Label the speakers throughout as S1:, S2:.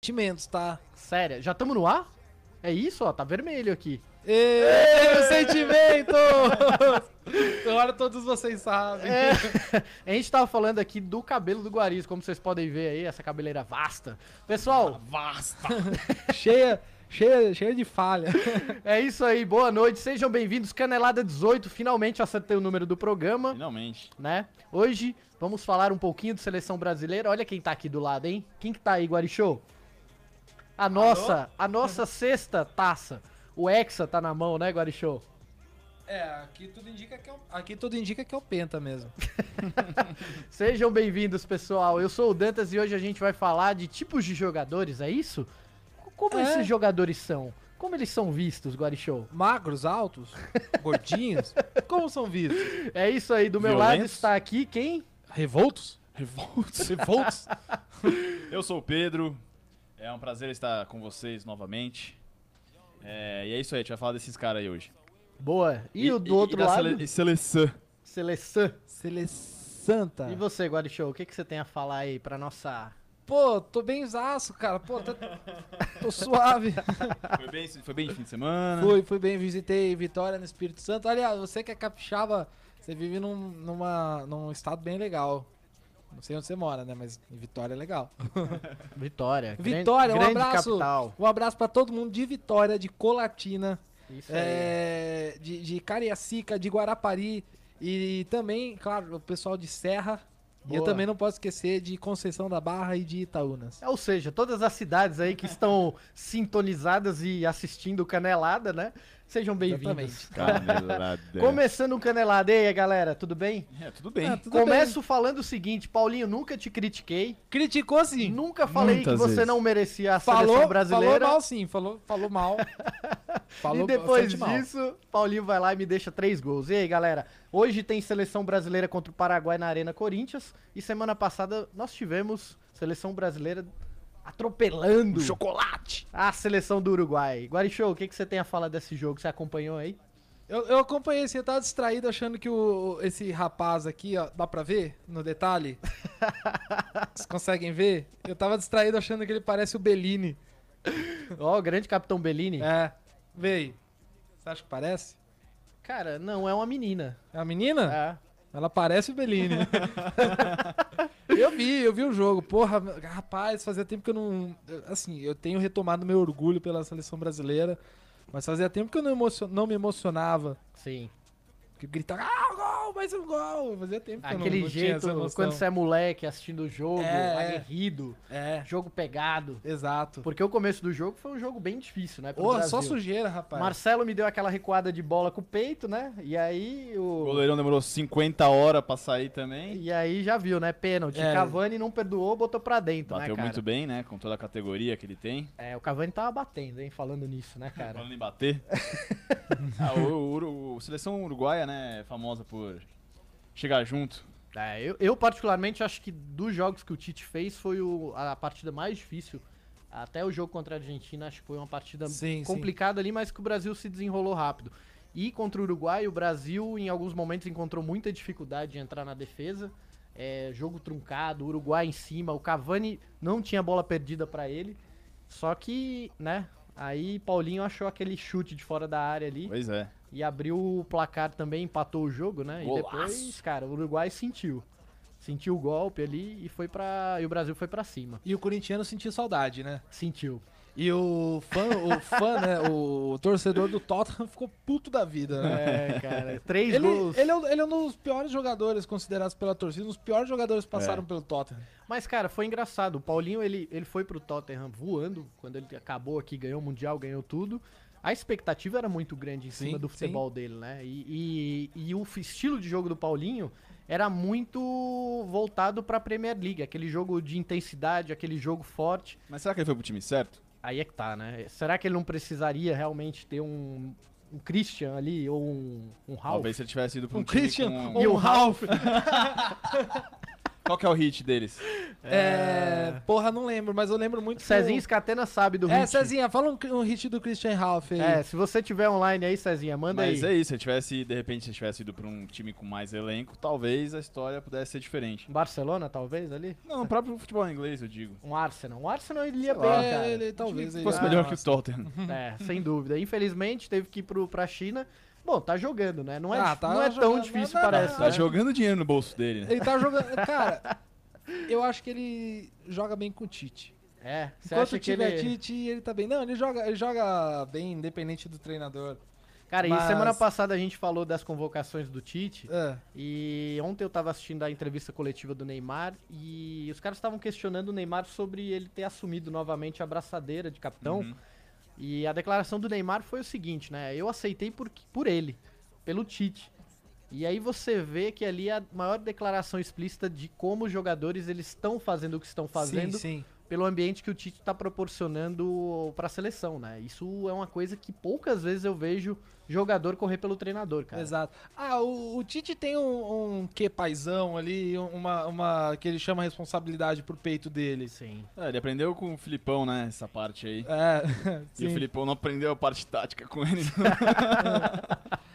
S1: sentimentos, tá?
S2: Sério, já estamos no ar? É isso, ó, tá vermelho aqui.
S1: Ê, meus sentimentos! Agora Então, todos vocês sabem.
S2: É, a gente tava falando aqui do cabelo do Guariz, como vocês podem ver aí, essa cabeleira vasta. Pessoal,
S1: Vasta! cheia, cheia, cheia de falha.
S2: é isso aí, boa noite, sejam bem-vindos. Canelada 18, finalmente eu acertei o número do programa,
S3: Finalmente.
S2: né? Hoje vamos falar um pouquinho de seleção brasileira. Olha quem tá aqui do lado, hein? Quem que tá aí, Guarichô? A nossa, a nossa sexta taça. O Hexa tá na mão, né, Guarichô?
S1: É, aqui tudo indica que é o, aqui tudo indica que é o Penta mesmo.
S2: Sejam bem-vindos, pessoal. Eu sou o Dantas e hoje a gente vai falar de tipos de jogadores, é isso? C- Como
S1: É.
S2: esses jogadores são? Como eles são vistos, Guarichou?
S1: Magros, altos, gordinhos, como são vistos?
S2: É isso aí, do meu lado
S3: Violentos?
S2: está aqui quem?
S1: Revoltos?
S3: Revoltos. Revoltos. Eu sou o Pedro. É um prazer estar com vocês novamente. É, e é isso aí, a gente vai falar desses caras aí hoje.
S2: Boa. E, o do outro
S3: da
S2: lado?
S3: sele- e seleção.
S2: Seleção.
S1: Seleçanta.
S2: E você, Guarichou, o que, que você tem a falar aí pra nossa.
S1: Pô, tô bem zaço, cara. Pô, tô, tô suave.
S3: Foi bem, foi bem de fim de
S2: É.
S3: semana.
S1: Fui, fui bem, visitei Vitória no Espírito Santo. Aliás, você que é capixaba, você vive num, numa, num estado bem legal. Não sei onde você mora, né? Mas em Vitória é legal.
S2: Vitória. gran-
S1: Vitória, um
S2: grande
S1: abraço.
S2: capital.
S1: Um abraço pra todo mundo de Vitória, de Colatina,
S2: Isso aí.
S1: é, de, de Cariacica, de Guarapari e também, claro, o pessoal de Serra. E eu
S2: Boa.
S1: também não posso esquecer de Conceição da Barra e de Itaúnas.
S2: Ou seja, todas as cidades aí que estão sintonizadas e assistindo Canelada, né? Sejam bem-vindos.
S1: Exatamente.
S3: Canelada.
S2: Começando o Canelada. E aí, galera, tudo bem?
S3: É, tudo bem.
S1: Ah, tudo
S2: Começo falando o seguinte, Paulinho, nunca te critiquei,
S1: bem. Criticou sim.
S2: nunca falei
S3: Muitas
S2: que você
S3: vezes.
S2: não merecia a
S1: Falou,
S2: seleção
S1: falou
S2: brasileira.
S1: mal sim, falou, falou mal. Falou
S2: e depois
S1: bastante mal.
S2: disso, Paulinho vai lá e me deixa três gols. E aí, galera? Hoje tem seleção brasileira contra o Paraguai na Arena Corinthians e semana passada nós tivemos seleção brasileira atropelando
S3: Chocolate.
S2: a seleção do Uruguai. Guarichou, o que, que você tem a falar desse jogo? Você acompanhou aí?
S1: Eu, eu acompanhei, assim, eu tava distraído achando que o, esse rapaz aqui, ó, dá pra ver no detalhe? Vocês conseguem ver? Eu tava distraído achando que ele parece o Bellini.
S2: Ó, o grande capitão Bellini.
S1: É, vê aí. Você acha que parece?
S2: Cara, não, é uma menina.
S1: É uma menina?
S2: É.
S1: Ela parece o Bellini. eu vi, eu vi o jogo. Porra, rapaz, fazia tempo que eu não. eu- Assim, eu tenho retomado meu orgulho pela seleção brasileira, mas fazia tempo que eu não, emocio- não me emocionava.
S2: Sim.
S1: Que gritava, ah, gol, mais um gol. Fazia tempo que eu não-
S2: Aquele
S1: não, tinha
S2: jeito,
S1: essa emoção.
S2: quando você é moleque assistindo o jogo,
S1: É, é.
S2: aguerrido,
S1: É,
S2: jogo pegado.
S1: exato.
S2: Porque o começo do jogo foi um jogo bem difícil, né? pro
S1: Porra,
S2: Brasil.
S1: só sujeira, rapaz.
S2: Marcelo me deu aquela recuada de bola com o peito, né? E aí
S3: O
S2: o.
S3: goleirão demorou 50 horas pra sair também.
S2: E aí já viu, né? Pênalti.
S1: É.
S2: Cavani não perdoou, botou pra dentro,
S3: Bateu
S2: né, cara?
S3: muito bem, né? Com toda a categoria que ele tem.
S2: É, o Cavani tava batendo, hein? Falando nisso, né, cara?
S3: Falando em bater. ah, o, o- o- seleção uruguaia, né? É famosa por chegar junto.
S2: É, eu, eu particularmente acho que dos jogos que o Tite fez foi o- a partida mais difícil. Até o jogo contra a Argentina, acho que foi uma partida
S1: Sim, sim.
S2: complicada ali, mas que o Brasil se desenrolou rápido. E contra o Uruguai, o Brasil em alguns momentos encontrou muita dificuldade de entrar na defesa. É, jogo truncado, o Uruguai em cima, o Cavani não tinha bola perdida pra ele. Só que, né, aí Paulinho achou aquele chute de fora da área ali
S3: Pois é.
S2: e abriu o placar também, empatou o jogo, né? E
S3: Golaço.
S2: depois, cara, o Uruguai sentiu. Sentiu o golpe ali e foi para e o Brasil foi pra cima.
S1: E o corintiano sentiu saudade, né?
S2: Sentiu.
S1: E o fã, o fã, né? O torcedor do Tottenham ficou puto da vida, né?
S2: É, cara, três
S1: Ele,
S2: gols.
S1: ele é um, ele é um dos piores jogadores considerados pela torcida, um dos piores jogadores que passaram
S3: É.
S1: pelo Tottenham.
S2: Mas cara, foi engraçado. O Paulinho, ele ele foi pro Tottenham voando quando ele acabou aqui, ganhou o mundial, ganhou tudo. A expectativa era muito grande em
S1: Sim,
S2: cima do
S1: sim.
S2: futebol dele, né? E, e, e o f- estilo de jogo do Paulinho era muito voltado pra Premier League, aquele jogo de intensidade, aquele jogo forte.
S3: Mas será que ele foi pro time certo?
S2: Aí é que tá, né? Será que ele não precisaria realmente ter um, um Christian ali ou um, um Ralph?
S3: Talvez se ele tivesse ido pro
S1: Um Christian
S3: com...
S1: ou
S2: E
S1: um
S2: o
S1: Ralph.
S3: Qual que é o hit deles?
S1: É... Porra, não lembro, mas eu lembro muito. que
S2: Cezinha
S1: o-
S2: Escatena sabe do
S1: É,
S2: hit.
S1: Cezinha, fala um, um hit do Christian Ralph aí.
S2: É, se você tiver online aí, Cezinha, manda
S3: Mas
S2: aí.
S3: é isso, se ele tivesse, de repente, se ele tivesse ido pra um time com mais elenco, talvez a história pudesse ser diferente.
S2: Barcelona, talvez, ali?
S3: Não, o próprio futebol inglês, eu digo.
S2: Um Arsenal. Um Arsenal ele ia
S1: É,
S2: bem, cara.
S1: ele talvez.
S3: Se
S1: Ele,
S3: fosse
S1: ah,
S3: melhor que o Tottenham.
S2: É, sem dúvida. Infelizmente, teve que ir pro, pra China. Bom, tá jogando, né? Não é,
S1: Ah,
S2: dif-
S1: tá
S2: não é tão
S1: jogando.
S2: difícil,
S1: Não, não,
S2: parece.
S1: não,
S3: Tá
S2: né?
S3: jogando dinheiro no bolso dele, né?
S1: ele tá jogando. Cara, eu acho que ele joga bem com o Tite.
S2: É, você
S1: Enquanto
S2: acha que
S1: tiver
S2: ele...
S1: Tite, ele tá bem. Não, ele joga, ele joga bem, independente do treinador.
S2: Cara, e
S1: mas-
S2: semana passada a gente falou das convocações do Tite.
S1: É.
S2: E ontem eu tava assistindo a entrevista coletiva do Neymar e os caras estavam questionando o Neymar sobre ele ter assumido novamente a abraçadeira de
S1: Então?
S2: capitão.
S3: Uhum.
S2: E a declaração do Neymar foi o seguinte, né? Eu aceitei por, por ele, pelo Tite. E aí você vê que ali é a maior declaração explícita de como os jogadores eles estão fazendo o que estão fazendo
S1: Sim, sim.
S2: pelo ambiente que o Tite está proporcionando para a seleção, né? Isso é uma coisa que poucas vezes eu vejo jogador correr pelo treinador, cara.
S1: Exato. Ah, o, o Tite tem um, um que paizão ali, uma, uma que ele chama a responsabilidade pro peito dele.
S2: Sim.
S3: É, ele aprendeu com o Filipão, né? Essa parte aí.
S1: É,
S3: E o
S1: sim.
S3: Filipão não aprendeu a parte tática com ele.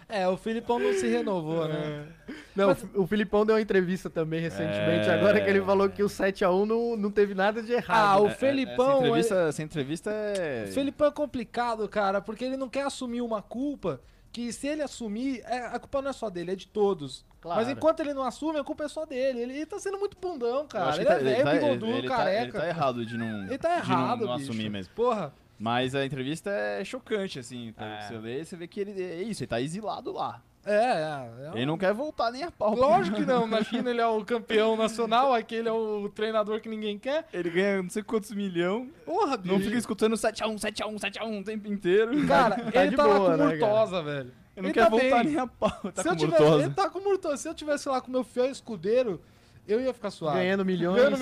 S1: É, o Filipão não se renovou, né?
S2: Não, o Filipão deu uma entrevista também recentemente,
S3: É.
S2: agora que ele falou que o 7x1 não, não teve nada de
S1: Ah,
S2: errado.
S1: o
S2: né?
S1: Felipão.
S3: Essa
S1: ele-
S3: entrevista, É, essa entrevista é.
S1: Felipão é complicado, cara, porque ele não quer assumir uma culpa que se ele assumir, é- a culpa não é só dele, é de todos.
S2: Claro.
S1: Mas enquanto ele não assume, a culpa é só dele. Ele, ele tá sendo muito bundão,
S3: Eu
S1: cara.
S3: acho
S1: Ele,
S3: que tá-
S1: é velho, bigodudo,
S3: ele tá- ele
S1: careca.
S3: tá errado de não.
S1: Ele tá errado,
S3: de não, não
S1: bicho.
S3: assumir mesmo.
S1: Porra.
S3: Mas a entrevista é chocante, assim. Tá?
S2: É.
S3: Você lê, você vê que ele é isso, ele tá exilado lá.
S1: É, é. é um-
S3: Ele não quer voltar nem a pau.
S1: Lógico que não. Na China ele é o campeão nacional, aquele é o treinador que ninguém quer.
S3: Ele ganha não sei quantos milhão,
S1: Porra, bicho.
S3: não fica escutando 7x1, 7x1 7x1 o tempo inteiro.
S1: Cara,
S2: Tá
S1: ele
S2: de
S1: tá
S2: boa,
S1: lá com
S2: né,
S1: o Murtosa, velho.
S3: Ele não
S1: ele
S3: quer
S1: tá bem.
S3: voltar nem a pau. Tá
S1: Se
S3: com
S1: eu tivesse,
S3: Murtosa.
S1: ele tá com o Murtosa. Se eu tivesse lá com o meu fiel escudeiro, eu ia ficar suave.
S2: Ganhando milhões,
S1: Ganhando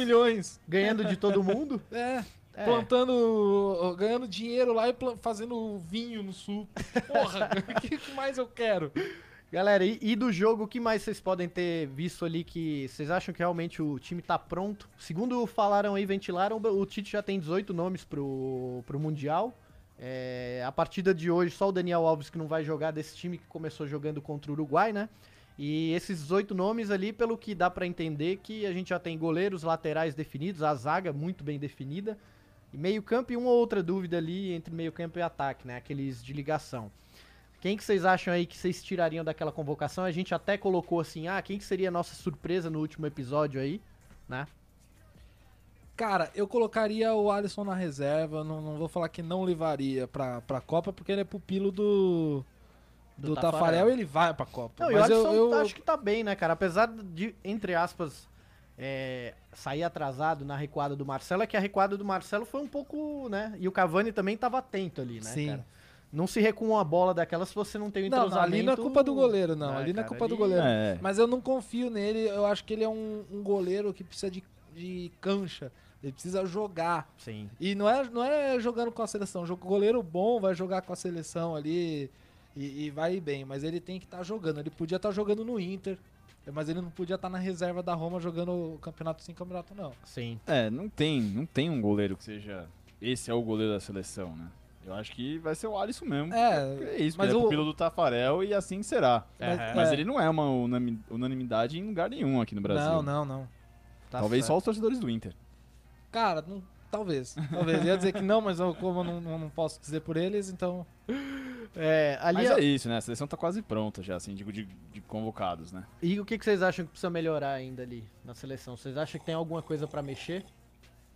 S2: ganhando,
S1: milhões.
S2: de todo mundo.
S1: É,
S2: É.
S1: plantando, ganhando dinheiro lá e plan- fazendo vinho no sul. Porra, o que que mais eu quero?
S2: Galera, e, e do jogo, o que mais vocês podem ter visto ali que vocês acham que realmente o time tá pronto? Segundo falaram aí, ventilaram, o Tite já tem 18 nomes pro, pro Mundial. É, a partida de hoje, só o Daniel Alves que não vai jogar desse time que começou jogando contra o Uruguai, né? E esses 18 nomes ali, pelo que dá pra entender, que a gente já tem goleiros, laterais definidos, a zaga muito bem definida, e meio campo e uma ou outra dúvida ali entre meio campo e ataque, né? Aqueles de ligação. Quem que vocês acham aí que vocês tirariam daquela convocação? A gente até colocou assim, ah, quem que seria a nossa surpresa no último episódio aí, né?
S1: Cara, eu colocaria o Alisson na reserva. Não, não vou falar que não levaria pra, pra Copa, porque ele é pupilo do. Do,
S2: Do
S1: Tafarel.
S2: Tafarel,
S1: ele vai pra Copa.
S2: Não, e o
S1: Mas eu,
S2: Alisson
S1: eu-
S2: tá- acho que tá bem, né, cara? Apesar de, entre aspas, é, sair atrasado na recuada do Marcelo, é que a recuada do Marcelo foi um pouco, né? E o Cavani também tava atento ali, né,
S1: Sim.
S2: cara? Não se recua uma bola daquela se você não tem o
S1: Não,
S2: entrosamento.
S1: não, ali não é culpa do goleiro, não.
S2: né,
S1: ali não é
S2: cara?
S1: culpa do
S2: Ali-
S1: goleiro.
S3: É.
S1: Mas eu não confio nele. Eu acho que ele é um, um goleiro que precisa de, de cancha. Ele precisa jogar.
S2: Sim.
S1: E não é, não é jogando com a seleção. O goleiro bom vai jogar com a seleção ali e, e vai bem. Mas ele tem que estar jogando. Ele podia estar jogando no Inter, mas ele não podia estar na reserva da Roma jogando o campeonato sem campeonato, não.
S2: Sim.
S3: É, não tem, não tem um goleiro que seja. Esse é o goleiro da seleção, né? Eu acho que vai ser o Alisson mesmo.
S1: É,
S3: É isso,
S1: mas
S3: mas ele é
S1: o-
S3: pupilo do Tafarel e assim será.
S1: Mas-
S2: É,
S3: Mas
S1: é.
S3: ele não é uma unami- unanimidade em lugar nenhum aqui no Brasil.
S1: não, não, não.
S2: tá
S3: Talvez
S2: certo.
S3: só os torcedores do Inter.
S1: Cara, não- talvez. Talvez. Eu ia dizer que não, mas eu, como eu não, não não posso dizer por eles, então.
S2: É, ali
S3: Mas
S2: é-
S3: é isso, né? A seleção tá quase pronta já, assim, digo, de, de convocados, né?
S2: E o que, que vocês acham que precisa melhorar ainda ali na seleção? Vocês acham que tem alguma coisa pra mexer?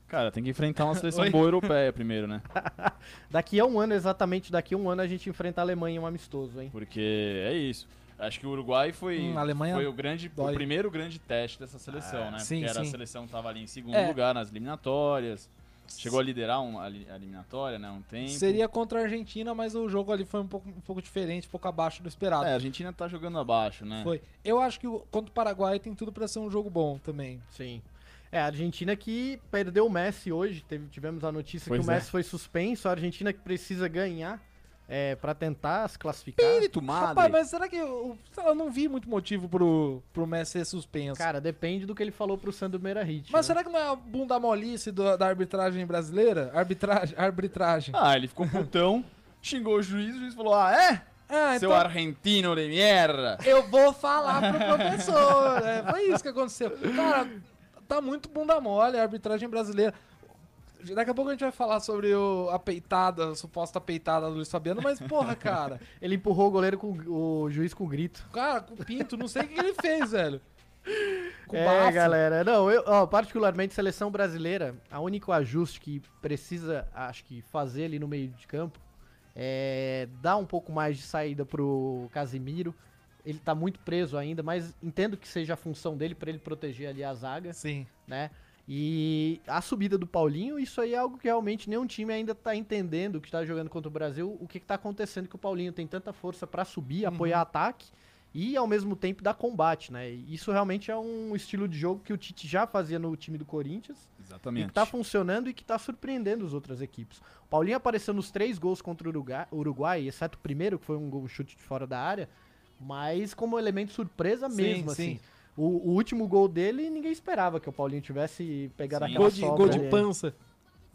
S3: Cara, tem que enfrentar uma seleção
S1: Oi?
S3: boa europeia primeiro, né?
S2: Daqui a um ano, exatamente daqui a um ano, a gente enfrenta a Alemanha em um amistoso, hein?
S3: Porque é isso. Acho que o Uruguai foi,
S1: Hum, a Alemanha
S3: foi o, grande, o
S1: dói. Ah,
S3: primeiro grande teste dessa seleção, né?
S1: sim,
S3: Porque era
S1: sim.
S3: a seleção que tava ali em segundo
S1: É.
S3: lugar nas eliminatórias. Chegou a liderar um, a, li- a eliminatória, né? Um tempo.
S1: Seria contra a Argentina, mas o jogo ali foi um pouco, um pouco diferente, um pouco abaixo do esperado.
S3: É, a Argentina tá jogando abaixo, né?
S1: Foi. Eu acho que o- contra o Paraguai tem tudo pra ser um jogo bom também.
S2: Sim. É, a Argentina que perdeu o Messi hoje, teve- tivemos a notícia
S3: Pois
S2: que o
S3: é.
S2: Messi foi suspenso, a Argentina que precisa ganhar é, para tentar se classificar.
S4: Espírito madre.
S1: Rapaz, mas será que eu, sei lá, eu não vi muito motivo pro, pro Messi ser suspenso?
S2: Cara, depende do que ele falou pro né? Sandro Meira Hit.
S1: mas será que não é a bunda molice do- da arbitragem brasileira? Arbitragem, arbitragem.
S3: Ah, ele ficou putão, xingou o juiz, o juiz falou, ah, é?
S1: Ah,
S3: Seu argentino de merda.
S1: eu vou falar pro professor. É, foi isso que aconteceu. Cara, tá muito bunda mole a arbitragem brasileira. Daqui a pouco a gente vai falar sobre o- a peitada, a suposta peitada do Luiz Fabiano, mas porra, cara.
S2: Ele empurrou o goleiro com o juiz com grito.
S1: Cara, com o Pinto, não sei o que ele fez, velho. Com
S2: é,
S1: bafo.
S2: galera. Não, eu, ó, particularmente seleção brasileira, a único ajuste que precisa, acho que, fazer ali no meio de campo é dar um pouco mais de saída pro Casimiro. Ele tá muito preso ainda, mas entendo que seja a função dele pra ele proteger ali a zaga,
S1: Sim.
S2: né? E a subida do Paulinho, isso aí é algo que realmente nenhum time ainda tá entendendo que tá jogando contra o Brasil, o que, que tá acontecendo que o Paulinho tem tanta força pra subir,
S1: Uhum.
S2: apoiar ataque e ao mesmo tempo dar combate, né? E Isso realmente é um estilo de jogo que o Tite já fazia no time do Corinthians e
S3: Exatamente.
S2: que tá funcionando e que tá surpreendendo as outras equipes. O Paulinho apareceu nos três gols contra o Uruguai, Uruguai, exceto o primeiro, que foi um gol- um chute de fora da área, mas como elemento surpresa
S1: Sim,
S2: mesmo,
S1: sim.
S2: assim. O, o último gol dele, ninguém esperava que o Paulinho tivesse pegado
S3: Sim.
S2: aquela
S1: Gol de,
S2: sobra É.
S1: gol de
S2: ali.
S1: pança.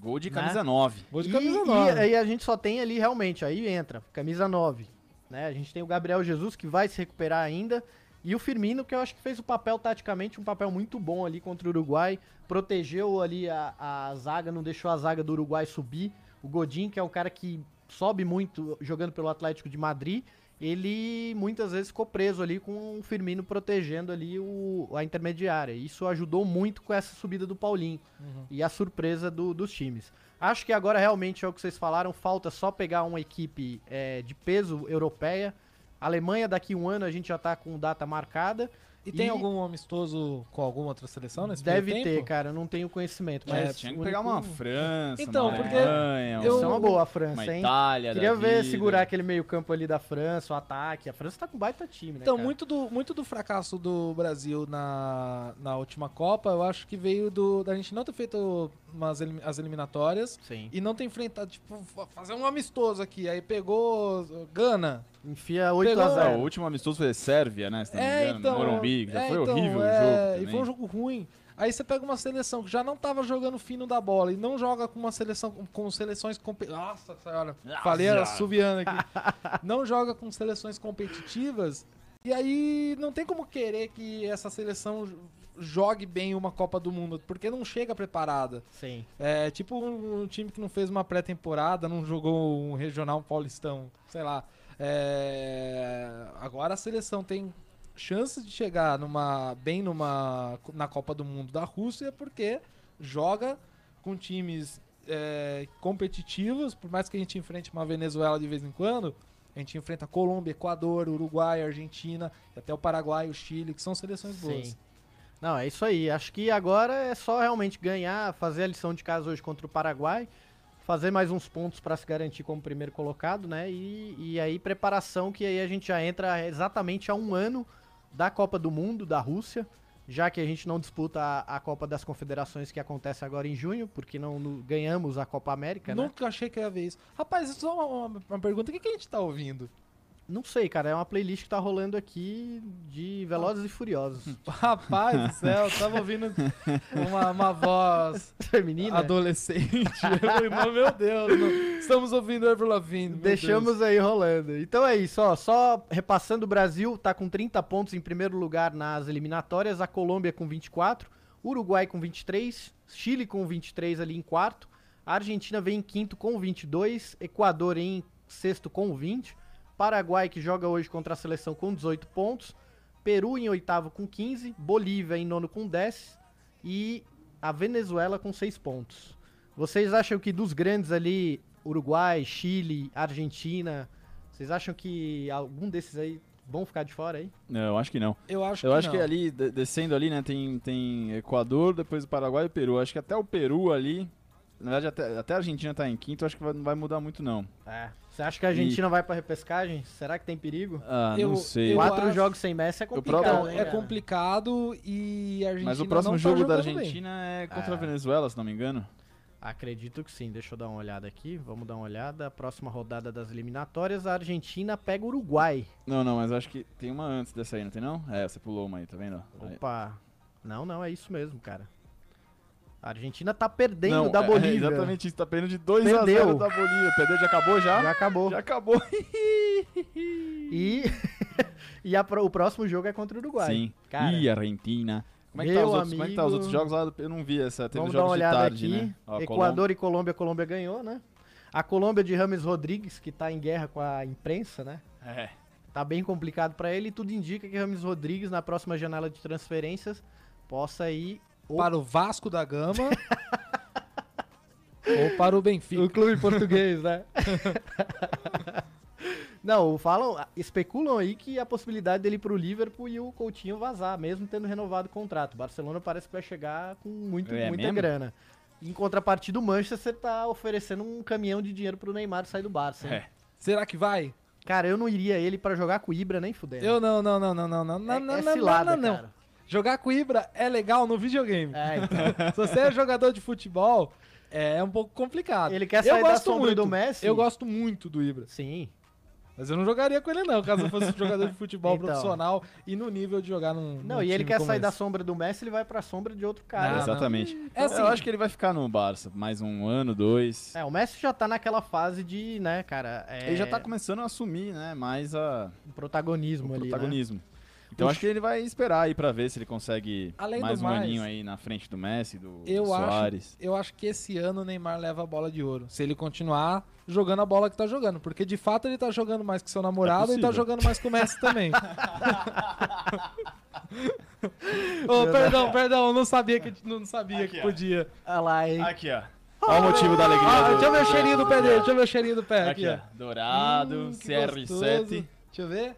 S3: Gol de
S2: Né?
S3: camisa 9.
S1: Gol de
S2: E-
S1: camisa
S2: e,
S1: nova.
S2: aí a gente só tem ali realmente, aí entra, camisa 9. Né? A gente tem o Gabriel Jesus que vai se recuperar ainda. E o Firmino, que eu acho que fez o papel taticamente, um papel muito bom ali contra o Uruguai. Protegeu ali a, a zaga, não deixou a zaga do Uruguai subir. O Godin, que é um cara que sobe muito jogando pelo Atlético de Madrid, ele muitas vezes ficou preso ali com o Firmino protegendo ali o, a intermediária. Isso ajudou muito com essa subida do Paulinho
S1: Uhum.
S2: e a surpresa do- dos times. Acho que agora realmente é o que vocês falaram. Falta só pegar uma equipe eh, de peso europeia. Alemanha, daqui um ano, a gente já tá com data marcada.
S1: E tem
S2: e-
S1: algum amistoso com alguma outra seleção nesse
S2: Deve
S1: primeiro
S2: ter,
S1: tempo?
S2: cara. Não tenho conhecimento,
S3: Mas
S2: mas.
S3: É, tinha que
S2: o
S3: pegar
S2: único-
S3: uma França,
S1: Então,
S3: uma
S1: porque
S3: Alemanha, um
S1: eu-
S2: Isso é uma boa, a
S3: uma
S2: França, hein?
S3: Itália né? da
S2: Queria ver
S3: vida.
S2: segurar aquele meio-campo ali da França, o ataque. A França tá com baita time, né?
S1: Então,
S2: cara?
S1: muito do, muito do fracasso do Brasil na, na última Copa, eu acho que veio do, da gente não ter feito umas, elim- as eliminatórias
S2: Sim.
S1: e não ter enfrentado, tipo, fa- fazer um amistoso aqui. Aí pegou Gana.
S2: Enfia 8 a
S1: Pegou-
S3: É, o
S2: 0
S3: último amistoso foi Sérvia, né? Se não me
S1: É,
S3: engano,
S1: então.
S3: no Morumbi. que Já
S1: é,
S3: foi
S1: então,
S3: horrível
S1: é,
S3: o jogo.
S1: E
S3: também.
S1: foi um jogo ruim. Aí você pega uma seleção que já não tava jogando fino da bola e não joga com uma seleção com- com seleções compe- Nossa senhora,
S3: Nossa.
S1: falei era subiando aqui. não joga com seleções competitivas e aí não tem como querer que essa seleção jo- jogue bem uma Copa do Mundo, porque não chega preparada.
S2: Sim,
S1: É tipo um, um time que não fez uma pré-temporada, não jogou um regional paulistão, sei lá. É, agora a seleção tem chance de chegar numa bem numa na Copa do Mundo da Rússia porque joga com times é, competitivos, por mais que a gente enfrente uma Venezuela de vez em quando, a gente enfrenta Colômbia, Equador, Uruguai, Argentina, até o Paraguai, o Chile, que são seleções boas.
S2: sim. Não, é isso aí. Acho que agora é só realmente ganhar, fazer a lição de casa hoje contra o Paraguai, fazer mais uns pontos pra se garantir como primeiro colocado, né? E, e aí preparação que aí a gente já entra exatamente a um ano da Copa do Mundo, da Rússia, já que a gente não disputa a, a Copa das Confederações que acontece agora em junho, porque não, não ganhamos a Copa América, né?
S1: Nunca achei que ia ver isso. Rapaz, isso é uma, uma- uma pergunta. O que, que a gente tá ouvindo?
S2: Não sei, cara. É uma playlist que tá rolando aqui de Velozes e Furiosos.
S1: Rapaz do céu, eu tava ouvindo uma, uma voz
S2: Feminina.
S1: adolescente. Eu falei, "Mas, meu Deus, não- estamos ouvindo Avril Lavigne. meu
S2: Deixamos aí rolando. Então é isso, ó. Só repassando, o Brasil tá com 30 pontos em primeiro lugar nas eliminatórias, a Colômbia com 24, Uruguai com 23, Chile com 23 ali em quarto, a Argentina vem em quinto com 22, Equador em sexto com 20, Paraguai que joga hoje contra a seleção com 18 pontos, Peru em oitavo com 15, Bolívia em nono com 10 e a Venezuela com 6 pontos. Vocês acham que dos grandes ali, Uruguai, Chile, Argentina, vocês acham que algum desses aí vão ficar de fora aí?
S3: Não, eu acho que não.
S1: Deus. Eu acho
S3: Eu
S1: que
S3: acho que é
S1: não.
S3: ali, de- descendo ali, né, tem, tem Equador, depois o Paraguai e o Peru. Acho que até o Peru ali. Na verdade, até, até a Argentina tá em quinto, acho que vai- não vai mudar muito, não.
S2: É. Você acha que a Argentina vai pra repescagem? Será que tem perigo?
S3: Ah,
S1: Eu-
S3: não sei.
S1: eu-
S2: Quatro
S1: acho-
S2: jogos sem Messi é complicado,
S3: próprio-
S2: né,
S1: É
S2: cara?
S1: complicado e a Argentina
S3: Mas o próximo
S1: não tá
S3: jogo da
S1: jogando bem. É.
S3: Argentina é contra a Venezuela, se não me engano.
S2: Acredito que sim. Deixa eu dar uma olhada aqui. Vamos dar uma olhada. A próxima rodada das eliminatórias, a Argentina pega o Uruguai.
S3: Não, não, mas eu acho que tem uma antes dessa aí, não tem não? É, você pulou uma aí, tá vendo? Aí.
S2: Opa. Não, não, é isso mesmo, cara. A Argentina tá perdendo
S3: Não,
S2: da
S3: é- é
S2: Bolívia.
S3: exatamente isso, tá perdendo de 2 a
S2: Perdeu.
S3: 0 da Bolívia. Perdeu, já acabou já?
S2: Já acabou.
S3: Já acabou.
S2: E, e a pro- o próximo jogo é contra o Uruguai.
S3: Sim.
S2: Cara.
S3: Ih, Argentina. Como é, que tá os
S2: Meu
S3: outros? Como é que tá os
S2: amigo.
S3: outros jogos lá? Eu não vi essa. Teve
S2: Vamos dar uma
S3: jogos de
S2: olhada
S3: tarde,
S2: aqui.
S3: né? Ó,
S2: Equador e Colômbia. A Colômbia ganhou, né? A Colômbia de Rames Rodrigues, que tá em guerra com a imprensa, né?
S3: Colômbia. É.
S2: Tá bem complicado pra ele e tudo indica que Rames Rodrigues, na próxima janela de transferências, possa ir. ou-
S1: Para o Vasco da Gama ou para o Benfica.
S2: O clube português, né? Não, falam, especulam aí que a possibilidade dele ir pro Liverpool e o Coutinho vazar, mesmo tendo renovado o contrato. O Barcelona parece que vai chegar com muito,
S3: É
S2: muita
S3: mesmo?
S2: grana. Em contrapartida, o Manchester tá oferecendo um caminhão de dinheiro pro Neymar sair do Barça. hein?
S3: É.
S1: Será que vai?
S2: Cara, eu não iria ele pra jogar com o Ibra nem fudendo.
S1: Eu não, não, não, não, não, não, não,
S2: É-
S1: não,
S2: é
S1: não,
S2: cilada,
S1: não, não.
S2: cara.
S1: Jogar com Ibra é legal no videogame.
S2: É, então.
S1: Se você é jogador de futebol, é um pouco complicado.
S2: Ele assim. quer sair
S1: eu
S2: da
S1: gosto
S2: sombra
S1: muito.
S2: do Messi?
S1: Eu gosto muito do Ibra.
S2: Sim.
S1: Mas eu não jogaria com ele, não, caso eu fosse um jogador de futebol
S2: Então.
S1: profissional e no nível de jogar num.
S2: Não,
S1: num
S2: e ele
S1: time
S2: quer
S1: como
S2: sair da Então,
S1: esse.
S2: sombra do Messi, ele vai pra sombra de outro
S1: Ah,
S2: cara. né?
S1: não.
S3: Exatamente.
S1: É assim,
S3: Eu acho que ele vai ficar no Barça mais um ano, dois.
S2: É, o Messi já tá naquela fase de, né, cara, é,
S3: Ele já tá começando a assumir, né? Mais a,
S2: o protagonismo
S3: o
S2: ali, né?
S3: protagonismo. Então
S2: Puxa.
S3: acho que ele vai esperar aí pra ver se ele consegue
S1: Além do
S3: mais um
S1: mais,
S3: aninho aí na frente do Messi, do, do
S1: eu acho,
S3: Soares.
S1: eu acho que esse ano o Neymar leva a bola de ouro. Se ele continuar jogando a bola que tá jogando. Porque de fato ele tá jogando mais que seu namorado e tá
S3: É possível.
S1: jogando mais que o Messi também. oh, perdão, perdão, eu não sabia que, não sabia
S3: Aqui,
S1: que
S3: ó.
S1: podia.
S2: Olha lá, hein?
S3: Aqui, ó. Olha o motivo da alegria.
S1: Ah,
S3: do-
S1: deixa eu ver o
S3: do-
S1: cheirinho do pé dele, deixa eu ver o cheirinho do pé
S3: É,
S1: aqui,
S3: Aqui,
S1: ó.
S3: ó. Ah, Dourado,
S1: Hum, que
S3: CR7.
S1: gostoso. Deixa eu ver.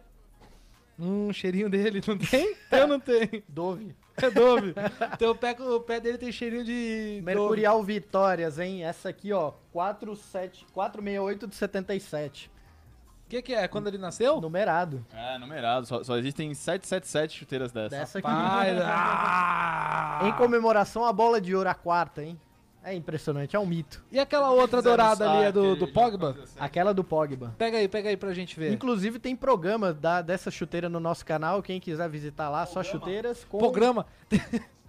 S1: Hum, cheirinho dele, não tem? Eu não tenho.
S2: Dove.
S1: É Dove. Então o pé, o pé dele tem cheirinho de.
S2: Mercurial Vitórias, hein? Essa aqui, ó, 47 468 de 77.
S1: O que, que é? Quando ele nasceu?
S2: Numerado.
S3: Ah, numerado. Só, só existem 777 chuteiras dessa.
S2: Dessa Tá aqui.
S1: Pai, ah!
S2: Em comemoração à bola de ouro, a quarta, hein? É impressionante, é um mito.
S1: E aquela outra dourada ali é do, do Pogba?
S3: assim.
S2: Aquela do Pogba.
S1: Pega aí, pega aí pra gente ver.
S2: Inclusive tem programa da, dessa chuteira no nosso canal, quem quiser visitar lá, só chuteiras com
S1: Programa.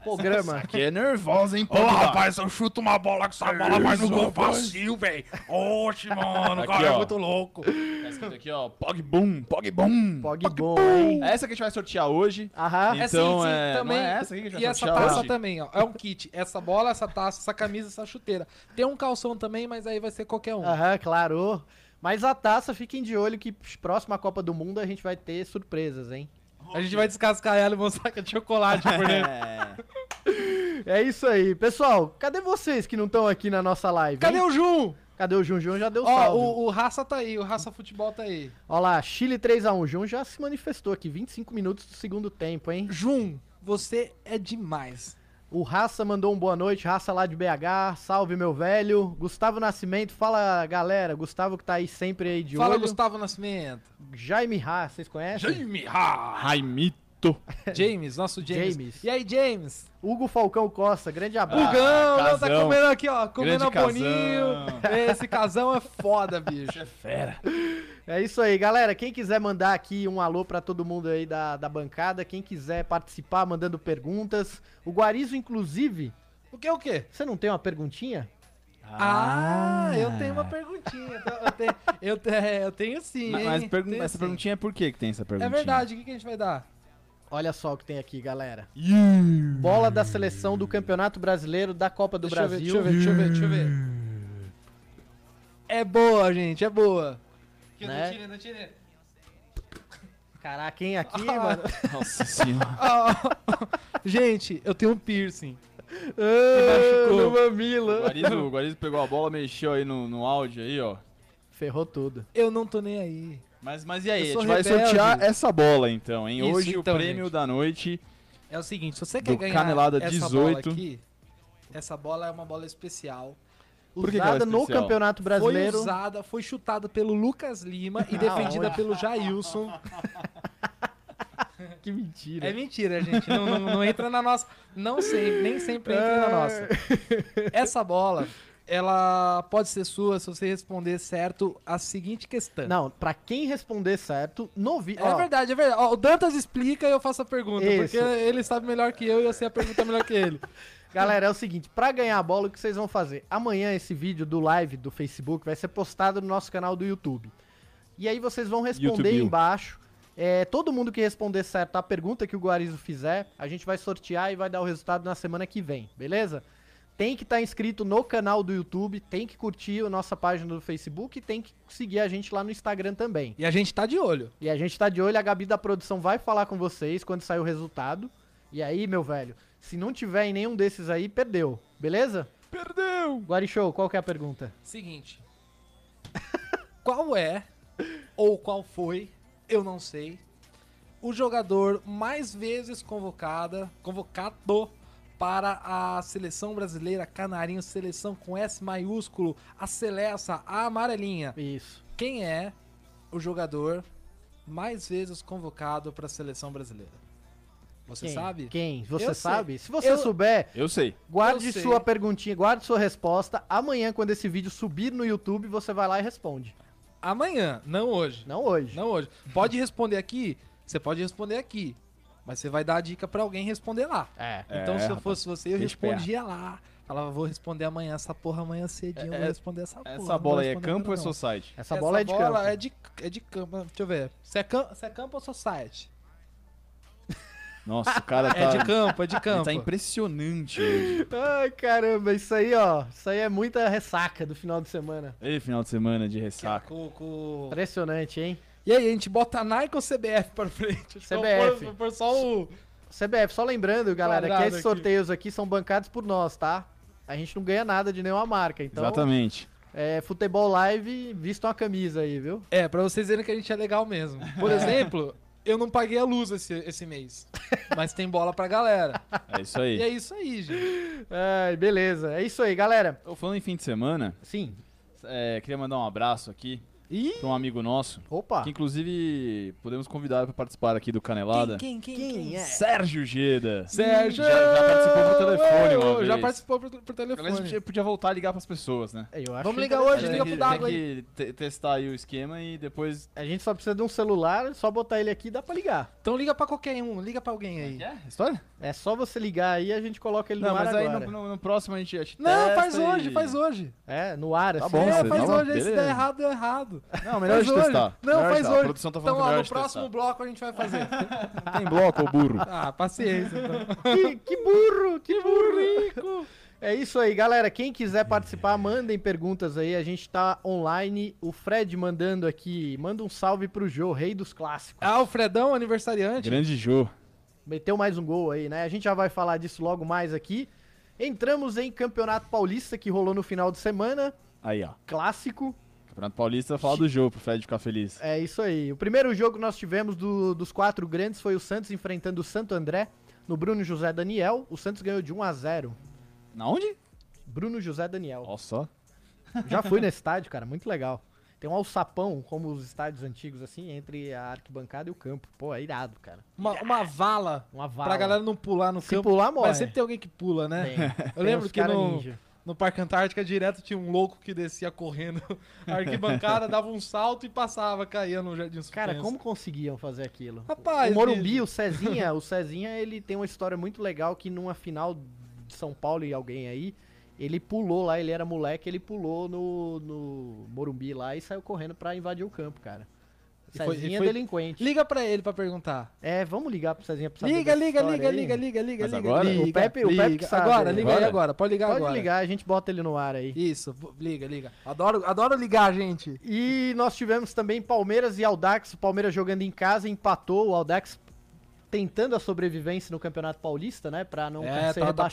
S2: programa.
S3: Que é nervosa, hein, Pogba?
S4: eu chuto uma bola com essa bola, mas no gol vazio, velho. Oxe, mano,
S3: o cara é muito
S4: louco.
S3: Tá escrito aqui, ó. Pogboom, Pogboom.
S2: Pogba, hein?
S3: Essa que a gente vai sortear hoje.
S2: Aham.
S3: Então, é- não é essa aqui que a gente vai
S1: E essa
S3: sortear
S1: taça
S3: hoje?
S1: também, ó. É um kit. Essa bola, essa taça, essa camisa, essa chuteira. Tem um calção também, mas aí vai ser qualquer um.
S2: Aham, claro. Mas a taça, fiquem de olho que próxima Copa do Mundo a gente vai ter surpresas, hein?
S1: A gente vai descascar ela e mostrar que é de chocolate por dentro.
S3: É.
S2: É isso aí. Pessoal, cadê vocês que não estão aqui na nossa
S3: É.
S2: live?
S1: Cadê
S2: hein?
S1: o Jun?
S2: Cadê o Junjun? Já deu
S1: Ó,
S2: salve.
S1: o, o Raça tá aí, o Raça Futebol tá aí.
S2: Ó lá, Chile 3x1. Jun já se manifestou aqui, 25 minutos do segundo tempo, hein?
S1: Jun, você é demais.
S2: O Raça mandou um boa noite, Raça lá de BH, salve meu velho. Gustavo Nascimento, fala galera, Gustavo que tá aí sempre aí de
S1: Fala,
S2: olho.
S1: Gustavo Nascimento.
S2: Jaime Ra, vocês conhecem?
S4: Jaime Ha!
S3: Raimito.
S1: James, nosso James.
S2: James.
S1: E aí, James?
S2: Hugo Falcão Costa, grande abraço.
S1: Bugão,
S3: Ah,
S1: não, tá
S3: casão.
S1: comendo aqui, ó. Comendo a
S3: Grande
S1: boninho. Esse casão é foda, bicho.
S3: Fera.
S2: É isso aí, galera. Quem quiser mandar aqui um alô pra todo mundo aí da, da bancada, quem quiser participar mandando perguntas. O Guarizo, inclusive,
S1: O que é o quê?
S2: você não tem uma perguntinha?
S1: Ah, eu tenho uma perguntinha. Eu tenho- Eu tenho, eu te- é, eu tenho sim,
S3: Mas,
S1: hein?
S3: mas pergun-
S1: Tenho
S3: essa
S1: sim.
S3: perguntinha é por que que tem essa
S1: É
S3: perguntinha?
S1: verdade, o que, que a gente vai dar?
S2: Olha só o que tem aqui, galera.
S3: Ih,
S2: Bola da seleção do Campeonato Brasileiro da Copa do
S1: deixa
S2: Brasil.
S1: eu ver, deixa eu ver, deixa eu ver, deixa eu ver. É boa, gente, é boa. Que
S2: eu não Né?
S1: tirei, não tirei.
S2: Caraca, quem aqui,
S1: Ah,
S2: mano?
S3: Nossa senhora.
S1: gente, eu tenho um piercing.
S2: Ah,
S1: machucou.
S2: no
S3: O
S2: mamilo.
S3: Guarizo, o Guarizo pegou a bola, mexeu aí no, no áudio aí, ó.
S2: Ferrou tudo.
S1: Eu não tô nem aí.
S3: Mas, mas e aí? A
S1: Eu sou
S3: gente vai
S1: rebelde.
S3: sortear essa bola então, hein?
S1: Isso,
S3: Hoje
S1: então,
S3: o prêmio
S1: gente.
S3: da noite.
S1: É o seguinte, se você quer
S3: Do
S1: ganhar
S3: Canelada
S1: essa
S3: 18.
S1: bola aqui, essa bola é uma bola especial.
S3: Por que que ela é
S2: Usada no
S3: especial?
S2: Campeonato Brasileiro.
S1: Foi usada, foi chutada pelo Lucas Lima e
S2: Ah,
S1: defendida
S2: olha.
S1: pelo Jailson.
S2: Que mentira.
S1: É mentira, gente. Não,
S2: É.
S1: não- não entra na nossa. Não sei, nem sempre entra na nossa. Essa bola ela pode ser sua se você responder certo a seguinte questão.
S2: Não, pra quem responder certo, no vídeo.
S1: É verdade, é verdade. Ó, o Dantas explica e eu faço a pergunta, porque
S2: Isso.
S1: ele sabe melhor que eu e eu sei a pergunta melhor que ele.
S2: Galera, é o seguinte, pra ganhar a bola, o que vocês vão fazer? Amanhã esse vídeo do live do Facebook vai ser postado no nosso canal do YouTube. E aí vocês vão responder
S3: YouTube.
S2: embaixo. É, todo mundo que responder certo a pergunta que o Guarizo fizer, a gente vai sortear e vai dar o resultado na semana que vem, beleza? Tem que estar inscrito no canal do YouTube, tem que curtir a nossa página do Facebook e tem que seguir a gente lá no Instagram também.
S1: E a gente tá de olho.
S2: E a gente tá de olho, a Gabi da produção vai falar com vocês quando sair o resultado. E aí, meu velho, se não tiver em nenhum desses aí, perdeu, beleza?
S3: Perdeu!
S2: Guarichou, qual que é a pergunta?
S1: Seguinte. qual é, ou qual foi, eu não sei, o jogador mais vezes convocada, convocado para a seleção brasileira Canarinho, seleção com S maiúsculo, a Celessa, a amarelinha.
S2: Isso.
S1: Quem é o jogador mais vezes convocado para a seleção brasileira? Você
S2: Quem?
S1: sabe?
S2: Quem? Você
S1: Eu sei.
S2: sabe? Se você
S1: Eu-
S2: souber,
S3: Eu sei.
S2: guarde
S1: Eu sei.
S2: sua perguntinha, guarde sua resposta. Amanhã, quando esse vídeo subir no YouTube, você vai lá e responde.
S1: Amanhã, não hoje.
S2: Não hoje.
S1: Não hoje. Pode responder aqui? Você pode responder aqui. Mas você vai dar a dica pra alguém responder lá.
S2: É.
S1: então, se eu
S3: rapaz.
S1: fosse você, eu
S3: Fica esperto.
S1: respondia lá. Falava, vou responder amanhã essa porra, amanhã cedinho, eu
S3: É-
S1: vou responder essa porra.
S3: Essa
S1: não vou
S3: bola aí é
S1: responder
S3: campo ou é
S1: ainda não."
S3: society?
S2: Essa, bola é de campo.
S1: é de, é de campo. Deixa eu ver. Se é, cam- se é campo ou society?
S3: Nossa, o cara tá.
S1: É de campo, é de
S3: ele
S1: campo.
S3: tá impressionante hoje.
S2: Ai, caramba, isso aí, ó. Isso aí é muita ressaca do final de semana.
S3: Ei, final de semana de ressaca.
S1: Com- com-
S2: Impressionante, hein?
S1: E aí, a gente bota a Nike ou CBF pra frente? Acho que eu
S2: CBF.
S1: vou pôr- vou pôr só o...
S2: CBF, só lembrando, galera, que
S1: Quadrado
S2: esses
S1: aqui.
S2: sorteios aqui são bancados por nós, tá? A gente não ganha nada de nenhuma marca, então
S3: Exatamente.
S2: é futebol live, vistam a camisa aí, viu?
S1: É, pra vocês verem que a gente é legal mesmo. Por exemplo, eu não paguei a luz esse, esse mês. Mas tem bola pra galera.
S3: É isso
S1: E é
S3: aí.
S1: isso aí, gente.
S2: Ai, beleza. É isso aí, galera.
S3: Ô, Falando em fim de semana,
S2: Sim.
S3: é, queria mandar um abraço aqui
S2: Ih,
S3: pra um amigo nosso.
S2: opa.
S3: Que inclusive podemos convidar pra participar aqui do Canelada.
S1: Quem, quem,
S2: Quem é?
S3: Sérgio Geda.
S1: Sérgio!
S3: Já, já participou por
S1: Ué,
S3: telefone, uma
S1: Já
S3: vez.
S1: participou por, por
S3: Agora a
S1: telefone.
S3: gente podia voltar a ligar pras pessoas, né?
S2: É, Eu acho tá
S1: Vamos ligar hoje,
S3: Tem
S1: liga
S2: interessante.
S1: pro
S3: que-
S1: Dago
S3: Tem que te- testar aí o esquema e depois.
S2: A gente só precisa de um celular, só botar ele aqui e dá pra ligar.
S1: Então liga pra qualquer um, liga pra alguém aí.
S3: É? História?
S2: É só você ligar aí a gente coloca ele
S3: Não,
S2: no ar
S3: mas aí no,
S2: agora.
S3: no- no próximo a gente, a gente
S1: Não,
S3: testa
S1: faz
S3: e-
S1: hoje, faz hoje.
S2: É, no ar,
S3: Tá
S2: assim.
S3: bom,
S1: é,
S3: você
S1: faz
S3: não-
S1: hoje, aí se
S3: beleza.
S1: der errado, deu errado.
S2: Tá
S3: Não, melhor a
S1: Faz
S3: gente
S1: hoje.
S3: testar.
S1: Não,
S3: Melhor a
S1: faz
S3: gente- A
S1: hoje.
S3: produção tá falando
S1: Então,
S3: que
S1: ó,
S3: melhor a
S1: no
S3: gente
S1: próximo bloco a gente vai fazer.
S3: testar. Tem bloco, ô burro.
S1: Ah, paciência. Então.
S2: Que, que burro, que burrico. É isso aí, galera. Quem quiser participar, mandem perguntas aí. A gente tá online. O Fred mandando aqui. Manda um salve pro Jô, rei dos clássicos.
S1: Ah, o Fredão, aniversariante.
S3: Grande Jô.
S2: Meteu mais um gol aí, né? A gente já vai falar disso logo mais aqui. Entramos em Campeonato Paulista, que rolou no final de semana.
S3: Aí, ó.
S2: Clássico.
S3: Campeonato Paulista fala do Jô pro Fred ficar feliz.
S2: É isso aí. O primeiro jogo que nós tivemos do- dos quatro grandes foi o Santos enfrentando o Santo André no Bruno José Daniel. O Santos ganhou de 1 a 0
S3: Na onde?
S2: Bruno José Daniel.
S3: Ó, só.
S2: Já fui nesse estádio, cara, muito legal. Tem um alçapão, como os estádios antigos, assim, entre a arquibancada e o campo. Pô, é irado, cara.
S1: Uma, uma vala
S2: Uma vala.
S1: pra galera não pular no
S2: Se
S1: campo.
S2: pular, morre.
S1: Mas sempre tem alguém que pula, né?
S2: Tem.
S1: Eu
S2: Tem
S1: lembro
S2: uns
S1: que
S2: cara
S1: no,
S2: ninja.
S1: no Parque Antártica direto tinha um louco que descia correndo a arquibancada, dava um salto e passava, caía no jardim suspenso.
S2: Cara, como conseguiam fazer aquilo?
S1: Rapaz,
S2: o Morumbi,
S1: bicho.
S2: o Cezinha, o Cezinha, ele tem uma história muito legal que numa final de São Paulo e alguém aí, ele pulou lá, ele era moleque, ele pulou no, no Morumbi lá e saiu correndo pra invadir o campo, cara.
S1: E foi- e
S2: Cezinha é
S1: foi-
S2: delinquente.
S1: Liga pra ele pra perguntar.
S2: É, vamos ligar pro Cezinha pra saber
S1: Liga,
S2: dessa
S1: liga,
S2: história
S1: liga,
S2: aí.
S1: liga, liga, liga,
S3: Mas
S1: liga.
S3: agora?
S1: Liga,
S2: O Pepe- o Pepe
S1: liga.
S2: que sabe.
S1: Agora, liga
S3: Agora?
S1: aí agora. Pode ligar
S2: Pode
S1: agora.
S2: ligar, a gente bota ele no ar aí.
S1: Isso, v- liga, liga. Adoro, adoro ligar, gente.
S2: E nós tivemos também Palmeiras e Aldax. O Palmeiras jogando em casa empatou. O Aldax tentando a sobrevivência no Campeonato Paulista, né? Pra não ser rebaixado.
S1: É, tá,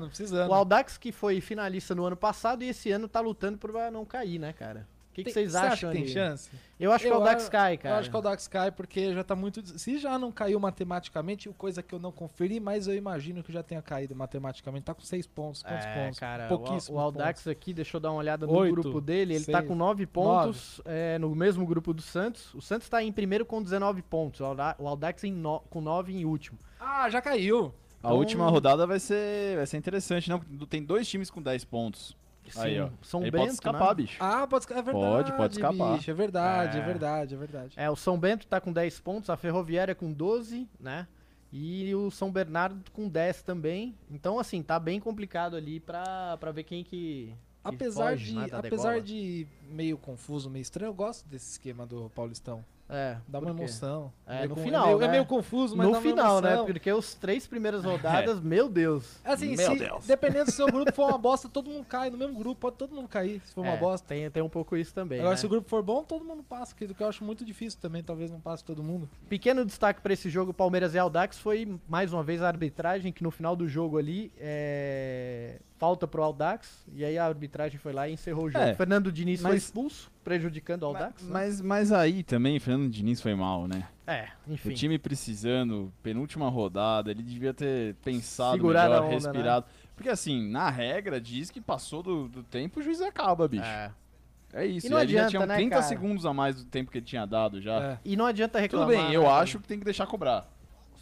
S1: precisando, precisando.
S2: o Aldax que foi finalista no ano passado e esse ano tá lutando pra não cair, né, cara? O que, que
S1: Tem-
S2: vocês
S1: você acha
S2: acham?
S1: que tem
S2: ali?
S1: chance?
S2: Eu acho que o
S1: Eu
S2: Aldax
S1: a-
S2: cai, cara.
S1: Eu acho que o Dax cai porque já tá muito. des- Se já não caiu matematicamente, o coisa que eu não conferi, mas eu imagino que já tenha caído matematicamente. Tá com seis pontos. Quantos
S2: É,
S1: pontos?
S2: cara, o Al-
S1: Pouquíssimos
S2: o Aldax aqui, deixa eu dar uma olhada no
S1: Oito,
S2: grupo dele, ele tá
S1: seis,
S2: com 9 pontos é, no mesmo grupo do Santos. O Santos tá em primeiro com 19 pontos, o Alda- o Aldax em no- com 9 em último.
S1: Ah, já caiu.
S3: Então- A última rodada vai ser, vai ser interessante, não? Tem dois times com 10 pontos.
S2: Sim,
S3: Aí, ó.
S2: São
S3: Ele
S2: Bento,
S3: pode escapar,
S2: né?
S3: bicho.
S1: Ah, pode escapar. É verdade.
S3: Pode, pode escapar.
S1: bicho, é verdade, é,
S2: É.
S1: verdade, é verdade.
S2: É, o São Bento tá com 10 pontos, a Ferroviária com 12, né? E o São Bernardo com 10 também. Então, assim, tá bem complicado ali pra, pra ver quem que. que
S1: Apesar,
S2: foge,
S1: de,
S2: né, da
S1: apesar
S2: degola.
S1: de meio confuso, meio estranho, eu gosto desse esquema do Paulistão.
S2: É,
S1: Dá
S2: por
S1: uma
S2: quê?
S1: emoção.
S2: É,
S1: Meio
S2: no
S1: con-
S2: final,
S1: É meio, é
S2: né?
S1: meio confuso, mas dá
S2: No
S1: uma
S2: final, né?
S1: emoção.
S2: Porque os três
S3: É.
S2: primeiras rodadas, meu Deus.
S1: Assim,
S4: Meu
S1: se,
S4: Deus.
S1: dependendo do seu grupo for uma bosta, todo mundo cai no mesmo grupo, pode todo mundo cair, se for uma
S2: É,
S1: bosta.
S2: Tem, tem um pouco isso também.
S1: Agora,
S2: né?
S1: se o grupo for bom, todo mundo passa, que que eu acho muito difícil também, talvez não passe todo mundo.
S2: Pequeno destaque para esse jogo Palmeiras e Aldax foi mais uma vez a arbitragem que no final do jogo ali é... falta pro Aldax e aí a arbitragem foi lá e encerrou o jogo.
S3: É,
S2: Fernando Diniz foi
S3: mas-
S2: expulso, prejudicando o Aldax. né?
S3: Mas, mas aí também, Fernando Diniz foi mal, né?
S2: É, enfim.
S3: O time precisando, penúltima rodada, ele devia ter pensado
S2: Segurado a
S3: melhor,
S2: onda, né?
S3: respirado. Porque assim, na regra, diz que passou do, do tempo, o juiz acaba, bicho. É,
S2: É.
S3: isso.
S2: E não
S3: ele já
S2: adianta,
S3: tinha
S2: né,
S3: 30
S2: cara?
S3: segundos a mais do tempo que ele tinha dado já.
S1: É.
S2: E não adianta
S3: Tudo
S2: reclamar.
S3: bem, eu
S2: né,
S3: acho que tem que deixar cobrar.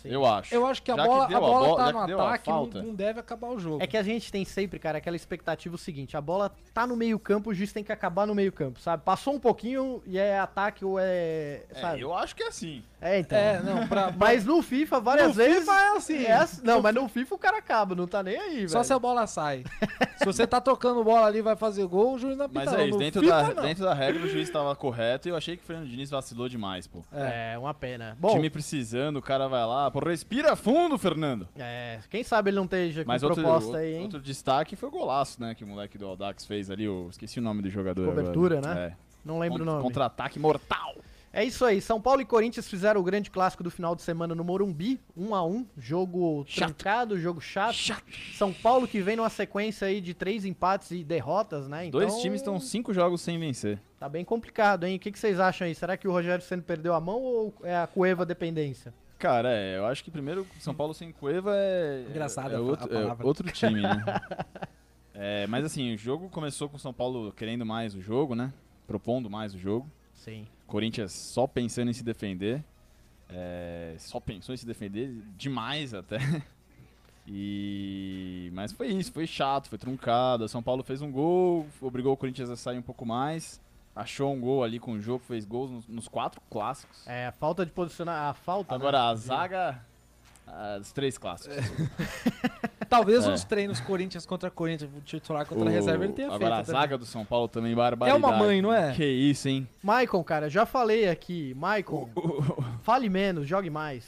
S2: Sim.
S3: Eu acho. É,
S1: Eu acho que a
S3: Já
S1: bola,
S3: deu
S1: a bola
S3: bo- já
S1: tá
S3: que
S1: no
S3: deu a
S1: ataque, não,
S3: falta.
S1: não deve acabar o jogo.
S2: É que a gente tem sempre, cara, aquela expectativa o seguinte, a bola tá no meio campo, o juiz tem que acabar no meio campo, sabe? Passou um pouquinho e é ataque ou é...
S3: É,
S2: Sabe?
S3: eu acho que é assim.
S2: É, então.
S1: É, não, pra,
S2: Mas no FIFA, várias
S1: No
S2: vezes.
S1: FIFA é assim.
S2: ass- Não, mas no FIFA o cara acaba, não tá nem aí,
S1: só
S2: velho.
S1: se a bola sai. se você tá tocando bola ali vai fazer gol, o juiz não apita
S3: Mas
S1: não.
S3: é isso,
S1: No
S3: dentro,
S1: FIFA,
S3: da,
S1: não.
S3: dentro da regra o juiz estava correto e eu achei que o Fernando Diniz vacilou demais, pô.
S2: É, uma pena. Bom,
S3: time precisando, o cara vai lá, pô, respira fundo, Fernando.
S2: é, quem sabe ele não esteja com
S3: Mas outro,
S2: proposta
S3: outro,
S2: aí, hein?
S3: outro destaque foi o golaço, né, que o moleque do Aldax fez ali, eu esqueci o nome do jogador.
S2: Cobertura,
S3: agora.
S2: né?
S3: É.
S2: Não lembro
S3: Contra-
S2: o nome.
S3: Contra-ataque mortal.
S2: É isso aí, São Paulo e Corinthians fizeram o grande clássico do final de semana no Morumbi, 1 a 1 jogo
S4: Chato.
S2: trancado, jogo chato. São Paulo que vem numa sequência aí de três empates e derrotas, né? Então,
S3: Dois times estão cinco jogos sem vencer.
S2: Tá bem complicado, hein? O que, que vocês acham aí? Será que o Rogério Senna perdeu a mão ou é a Cueva dependência?
S3: Cara, é, eu acho que primeiro São Paulo sem Cueva é.
S1: Engraçada
S3: é
S1: a fa-
S3: outro,
S1: a palavra.
S3: é outro time, né? É, mas assim, o jogo começou com o São Paulo querendo mais o jogo, né? Propondo mais o jogo.
S2: Sim.
S3: Corinthians só pensando em se defender. É, só pensou em se defender demais até. E mas foi isso, foi chato, foi truncado. São Paulo fez um gol, obrigou o Corinthians a sair um pouco mais. Achou um gol ali com o jogo, fez gols nos, nos quatro clássicos.
S2: É, a falta de posicionar, a
S1: tá
S2: falta... né?
S3: Agora a zaga as três clássicos.
S1: Talvez
S3: É.
S1: uns treinos Corinthians contra Corinthians, titular contra
S3: O-
S1: reserva, ele tenha
S3: Agora a
S1: feito.
S3: zaga do São Paulo também barbaridade.
S1: mãe, não é?
S3: Que isso, hein?
S2: Maicon, cara, já falei aqui. Maicon, fale menos, jogue mais.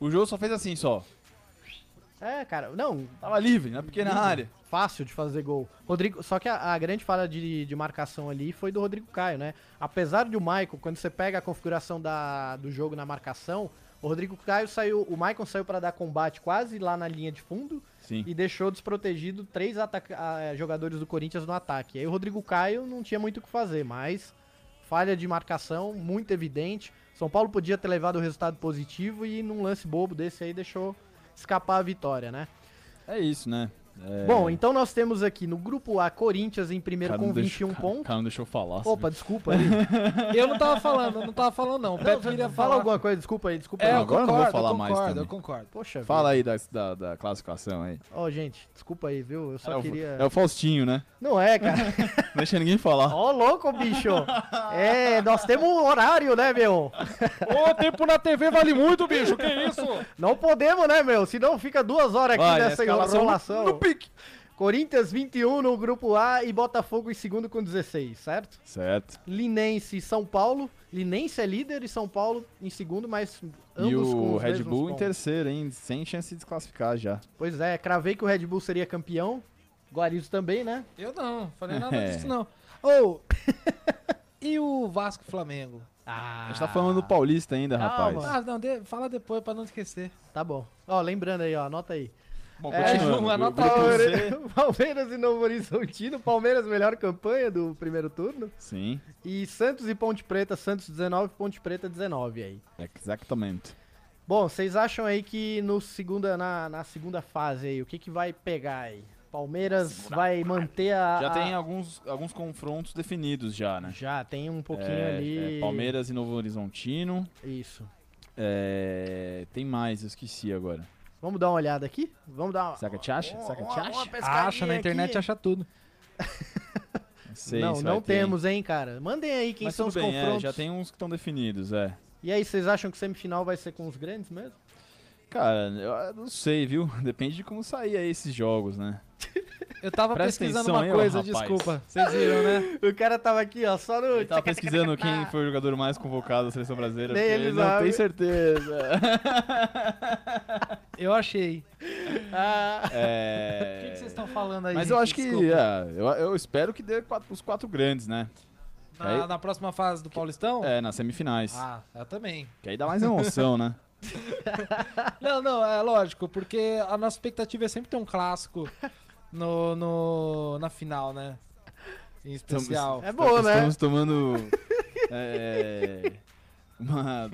S3: O jogo só fez assim só.
S2: É, cara, não,
S3: Tava livre é na pequena área.
S2: fácil de fazer gol. Rodrigo, só que a, a grande falha de, de marcação ali foi do Rodrigo Caio, né? Apesar do Maicon, quando você pega a configuração da, do jogo na marcação, o Rodrigo Caio saiu, o Maicon saiu pra dar combate quase lá na linha de fundo
S3: Sim.
S2: e deixou desprotegido três ataca- ah, jogadores do Corinthians no ataque. Aí o Rodrigo Caio não tinha muito o que fazer, mas falha de marcação muito evidente. São Paulo podia ter levado o resultado positivo e num lance bobo desse aí deixou escapar a vitória, né?
S3: É isso, né? É...
S2: Bom, então nós temos aqui no grupo A Corinthians em primeiro um
S3: Cara,
S2: com
S3: não
S2: 21
S3: deixou- cara-
S2: pontos.
S3: Cara, não deixou eu falar. sabe?
S2: Opa, desculpa aí.
S1: Eu não tava falando, eu não tava falando não. O Pepe queria
S2: Fala
S1: falar
S2: alguma coisa, desculpa aí, desculpa
S1: É,
S2: aí.
S1: eu
S3: Agora eu
S1: concordo,
S3: não vou
S1: eu
S3: falar mais
S1: concordo,
S3: também.
S1: eu concordo.
S2: Poxa,
S3: Fala aí da, da, da classificação aí.
S2: Ó, gente, desculpa aí, viu? Eu
S3: é,
S2: só
S3: o,
S2: queria.
S3: é o Faustinho, né?
S2: Não é, cara.
S3: Não deixa ninguém falar.
S2: Ó, louco, bicho. É, nós temos um horário, né, meu?
S1: Ô, tempo na TV vale muito, bicho, que isso?
S2: Não podemos, né, meu? Senão fica duas horas aqui
S3: Vai,
S2: nessa
S3: a escalação
S2: enrolação.
S3: no pique.
S2: Corinthians 21 no grupo A e Botafogo em segundo com 16, certo?
S3: Certo.
S2: Linense e São Paulo. Linense é líder e São Paulo em segundo, mas ambos
S3: E
S2: com
S3: o
S2: os
S3: Red
S2: mesmos
S3: Bull em
S2: pontos.
S3: terceiro, hein? Sem chance de desclassificar já.
S2: Pois é, cravei que o Red Bull seria campeão. Guarizo também, né?
S1: Eu não, falei nada
S3: É.
S1: disso não. Ô, e o Vasco e Flamengo?
S2: Ah,
S3: A gente tá falando do Paulista ainda,
S2: Calma.
S3: rapaz.
S1: Ah, não, de- fala depois pra não esquecer.
S2: Tá bom. Ó, lembrando aí, ó, anota aí.
S3: Bom,
S2: É,
S1: João,
S3: continuando.
S1: anota
S3: Grupo
S1: a hora.
S3: C.
S2: Palmeiras e Novo Horizontino. Palmeiras, melhor campanha do primeiro turno.
S3: Sim,
S2: E Santos e Ponte Preta. Santos 19, Ponte Preta 19 aí.
S3: exatamente.
S2: Bom, vocês acham aí que no segunda, na, na segunda fase aí, o que que vai pegar aí? Palmeiras vai manter a...
S3: Já
S2: a-
S3: tem alguns, alguns confrontos definidos já, né?
S2: Já, tem um pouquinho
S3: É,
S2: ali.
S3: é, Palmeiras e Novo Horizontino.
S2: Isso.
S3: É, tem mais, eu esqueci agora.
S2: Vamos dar uma olhada aqui? Vamos dar uma.
S3: Saca, te acha?
S2: uma-
S3: Saca,
S2: uma-
S3: te
S2: uma
S3: acha?
S2: pescadinha
S1: Acha na internet,
S2: aqui.
S1: acha tudo.
S3: Seis
S2: não,
S3: vai
S2: não
S3: ter.
S2: temos, hein, cara. Mandem aí quem
S3: Mas
S2: são
S3: tudo
S2: os
S3: bem, é,
S2: confrontos.
S3: já tem uns que estão definidos, é.
S2: E aí, vocês acham que semifinal vai ser com os grandes mesmo?
S3: Cara, eu não sei, viu? Depende de como sair aí esses jogos, né?
S1: Eu tava
S3: Presta
S1: pesquisando
S3: atenção,
S1: uma
S3: hein, ô
S1: coisa,
S3: rapaz.
S1: desculpa. Vocês viram, né?
S2: O cara tava aqui, ó, só no.
S3: Ele tava pesquisando quem foi o jogador mais convocado da seleção brasileira.
S2: Nem
S3: porque
S2: ele
S3: ele não
S2: sabe.
S3: tem certeza.
S1: Eu achei.
S2: Ah,
S1: O
S3: É...
S1: que que vocês estão falando aí?
S3: Mas eu
S1: gente?
S3: acho que.
S1: Desculpa.
S3: é, eu, eu espero que dê quatro, os quatro grandes, né?
S1: Na, na próxima fase do Paulistão?
S3: É, nas semifinais.
S1: Ah, eu também.
S3: Que aí dá mais emoção, né?
S1: Não, não, é lógico, porque a nossa expectativa é sempre ter um clássico no, no, na final, né? Em especial.
S2: é boa, né?
S3: Estamos tomando. é, uma,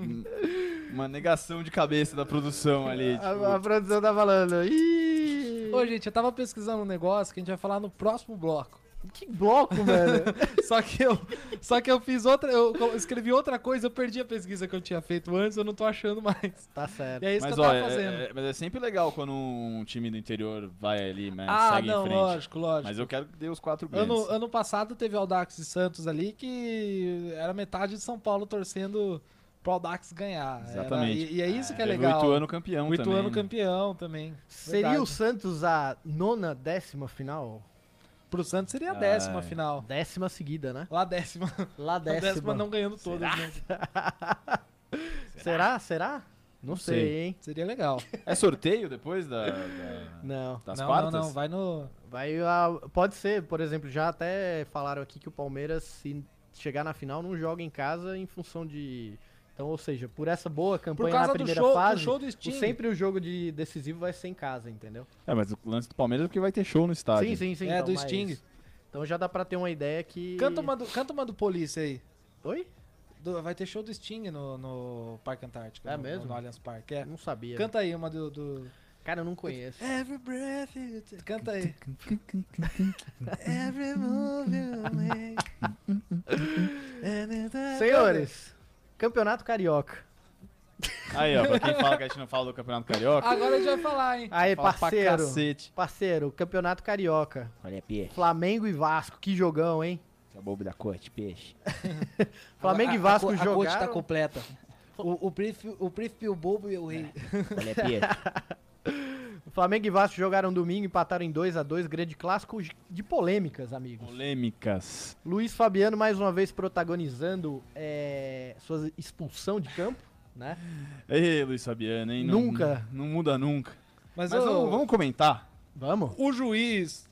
S3: uma negação de cabeça da produção ali. tipo,
S2: a, a produção tá falando. Ih!
S1: Ô, gente, eu tava pesquisando um negócio que a gente vai falar no próximo bloco.
S2: que bloco, velho.
S1: Só que eu, só que eu fiz outra, eu co- escrevi outra coisa, eu perdi a pesquisa que eu tinha feito antes, eu não tô achando mais.
S2: tá certo.
S1: E é isso
S3: mas,
S1: que eu
S3: ó,
S1: tava
S3: é,
S1: fazendo.
S3: é- mas é sempre legal quando um time do interior vai ali, né?
S1: ah,
S3: segue em
S1: não,
S3: frente.
S1: lógico, lógico.
S3: Mas eu quero que dê os quatro grandes.
S1: Ano, ano passado teve Aldax e Santos ali que era metade de São Paulo torcendo pro Aldax ganhar. Era-
S3: Exatamente.
S1: e, e é isso que é
S3: Teve
S1: legal.
S3: Oito ano campeão
S1: Oito
S3: também.
S1: ano
S3: né?
S1: campeão também.
S2: Seria
S1: Verdade.
S2: o Santos a nona décima final?
S1: Pro Santos seria a
S3: Ah,
S1: décima
S3: é.
S1: final.
S2: Décima seguida, né?
S1: Lá a décima.
S2: Lá
S1: A
S2: décima.
S1: décima não ganhando todas, né?
S2: Será? Será? Não sei,
S3: sei.
S2: hein?
S1: Seria legal.
S3: É sorteio depois da, da-
S2: Não.
S3: das
S1: não,
S3: quartas?
S1: não, não. Vai no.
S2: Vai, a- pode ser, por exemplo, já até falaram aqui que o Palmeiras, se chegar na final, não joga em casa em função de. Então, ou seja, por essa boa
S1: Por
S2: campanha na
S1: causa do
S2: primeira
S1: show, do
S2: fase,
S1: show do
S2: o
S1: Sting.
S2: sempre o jogo de decisivo vai ser em casa, entendeu?
S3: É, mas o lance do Palmeiras é porque vai ter show no estádio.
S2: Sim, sim, sim.
S1: É, do Sting.
S2: Então já dá pra ter uma ideia que.
S1: Canta uma do, canta uma do Polícia aí.
S2: Oi?
S1: Do- vai ter show do Sting no, no Parque Antártico.
S2: É
S1: no,
S2: mesmo?
S1: No Allianz Parque. É.
S2: Não sabia.
S1: Canta É, aí uma do. do...
S2: Cara, eu não conheço.
S1: Every breath you take. Canta aí. Every move you make.
S2: Senhores, Campeonato Carioca.
S3: Aí, ó, pra quem fala que a gente não fala do Campeonato Carioca,
S1: Agora a gente vai falar, hein?
S2: Aí,
S3: fala pra
S2: parceiro.
S3: cacete.
S2: Parceiro, Campeonato Carioca.
S5: Olha, peixe,
S2: Flamengo e Vasco, que jogão, hein?
S5: você é bobo da corte, peixe.
S2: Flamengo
S1: A-
S2: e Vasco
S1: a, co- A corte tá
S2: jogaram.
S1: completa. O, o, príncipe, o príncipe, o bobo e o rei.
S5: Olha, peixe.
S2: Flamengo e Vasco jogaram domingo, empataram em 2 a 2 grande clássico de polêmicas, amigos.
S3: Polêmicas.
S2: Luiz Fabiano mais uma vez protagonizando é, sua expulsão de campo, né?
S3: Ei, Luiz Fabiano, hein? Não-
S2: Nunca.
S3: Não, muda nunca.
S1: Mas,
S3: Mas,
S1: ô,
S3: vamos, vamos comentar.
S2: Vamos.
S1: o juiz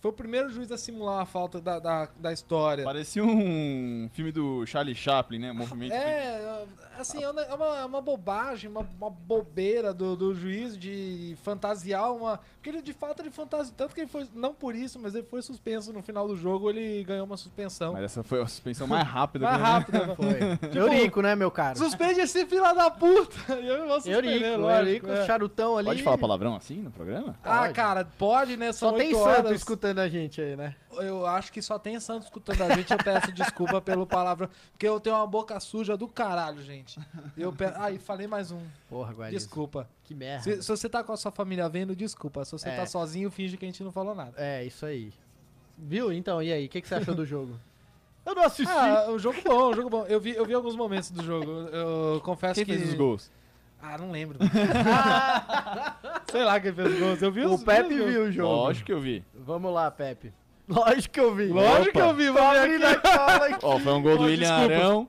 S1: foi o primeiro juiz a simular uma falta da, da, da história.
S3: Parecia um filme do Charlie Chaplin, né? Movimento.
S1: É, assim, é uma, é uma- é uma bobagem, uma, uma bobeira do, do juiz de fantasiar uma. Porque ele de fato ele fantasia. Tanto que ele foi. Não por isso, mas ele foi suspenso no final do jogo, ele ganhou uma suspensão.
S3: Mas essa foi a suspensão mais rápida
S1: Mais
S3: que eu-
S1: rápido.
S2: Foi.
S3: Tipo,
S2: Eurico, né, meu caro?
S1: Suspende esse fila da puta! Eu vou suspender,
S2: Eurico,
S1: lógico,
S2: Eurico,
S1: é.
S2: charutão ali.
S3: Pode falar palavrão assim no programa?
S1: Ah,
S2: Pode.
S1: cara, pode, né? São
S2: Só tem
S1: oito
S2: santo
S1: horas.
S2: escutando a gente aí, né?
S1: Eu acho que só tem Santos escutando a gente. Eu peço desculpa pelo palavrão. Porque eu tenho uma boca suja do caralho, gente. Eu pe... Aí, falei mais um.
S2: Porra, Guarizo.
S1: Desculpa.
S2: Que merda.
S1: Se, se você tá com a sua família vendo, desculpa. Se você
S2: É.
S1: tá sozinho, finge que a gente não falou nada.
S2: É, isso aí. Viu? Então, e aí? O que, que você achou do jogo? Eu não assisti.
S1: Ah, o jogo bom, o jogo bom. Eu vi, eu vi alguns momentos do jogo. Eu eu confesso
S3: Quem
S1: que.
S3: fez os gols?
S1: Ah, não lembro. Sei lá quem fez os gols. Eu vi os
S2: o Pepe
S1: vi os
S2: viu o jogo.
S3: Lógico que eu vi.
S2: Vamos lá, Pepe. Lógico que eu vi.
S1: gols. Lógico que eu vi, vou ver aqui.
S3: Ó, foi um gol do
S1: Pô,
S3: William
S1: desculpa.
S3: Arão.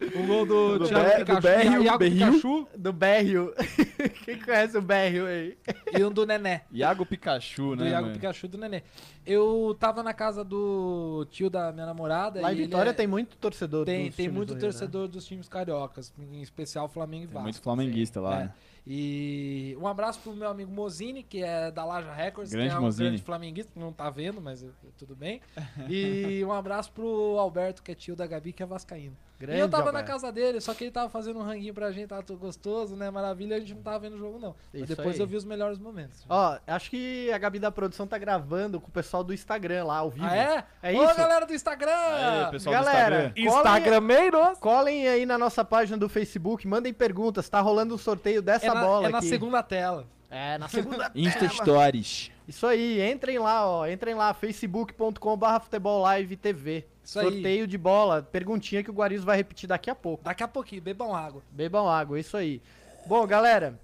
S1: O gol do,
S3: Do
S1: Thiago
S3: Be- do
S1: Pikachu,
S3: Berrio,
S1: Iago
S3: Berrio.
S1: Pikachu
S2: Do Berrio. Quem conhece o Berrio aí?
S1: e um do Nené.
S3: Iago Pikachu,
S1: Do
S3: né?
S1: Iago
S3: mano?
S1: Pikachu e do Nenê. Eu tava na casa do tio da minha namorada.
S2: Lá
S1: e
S2: em
S1: ele
S2: Vitória
S1: é-
S2: né? tem muito torcedor dos
S1: tem, tem
S2: times
S1: muito
S2: do Rio, né?
S1: torcedor dos times cariocas, em especial Flamengo e
S3: Tem
S1: Vasco.
S3: muito flamenguista lá.
S1: É.
S3: né?
S1: E um abraço pro meu amigo Mozini, que é da Laja Records,
S3: Grande
S1: que é um
S3: Mozini.
S1: grande flamenguista, que não tá vendo, mas eh, tudo bem. E um abraço pro Alberto, que é tio da Gabi, que é vascaíno.
S2: né? Grande
S1: e eu tava na
S2: Alberto.
S1: casa dele, só que ele tava fazendo um ranguinho pra gente, tava tudo gostoso, né? Maravilha, a gente não tava vendo o jogo, não. Mas
S2: Isso
S1: depois
S2: aí.
S1: eu vi os melhores momentos.
S2: Ó, acho que a Gabi da produção tá gravando com o pessoal do Instagram lá, ao vivo.
S1: Ah, é?
S2: É
S1: Ô,
S2: isso?
S1: galera do Instagram!
S3: Aê, pessoal
S2: Galera,
S3: do Instagram.
S4: é
S2: Instagrameiros! Colem aí na nossa página do Facebook, mandem perguntas, tá rolando um sorteio dessa
S1: é na,
S2: bola
S1: é na
S2: aqui.
S1: segunda tela.
S2: É, na segunda.
S3: Insta Stories.
S2: Isso aí, entrem lá, ó. Entrem lá, facebook.com.br futebollive.tv.
S1: Isso aí.
S2: Sorteio de bola. Perguntinha que o Guarizo vai repetir daqui a pouco.
S1: Daqui a pouquinho, bebam água.
S2: Bebam água, é isso aí. Bom, galera,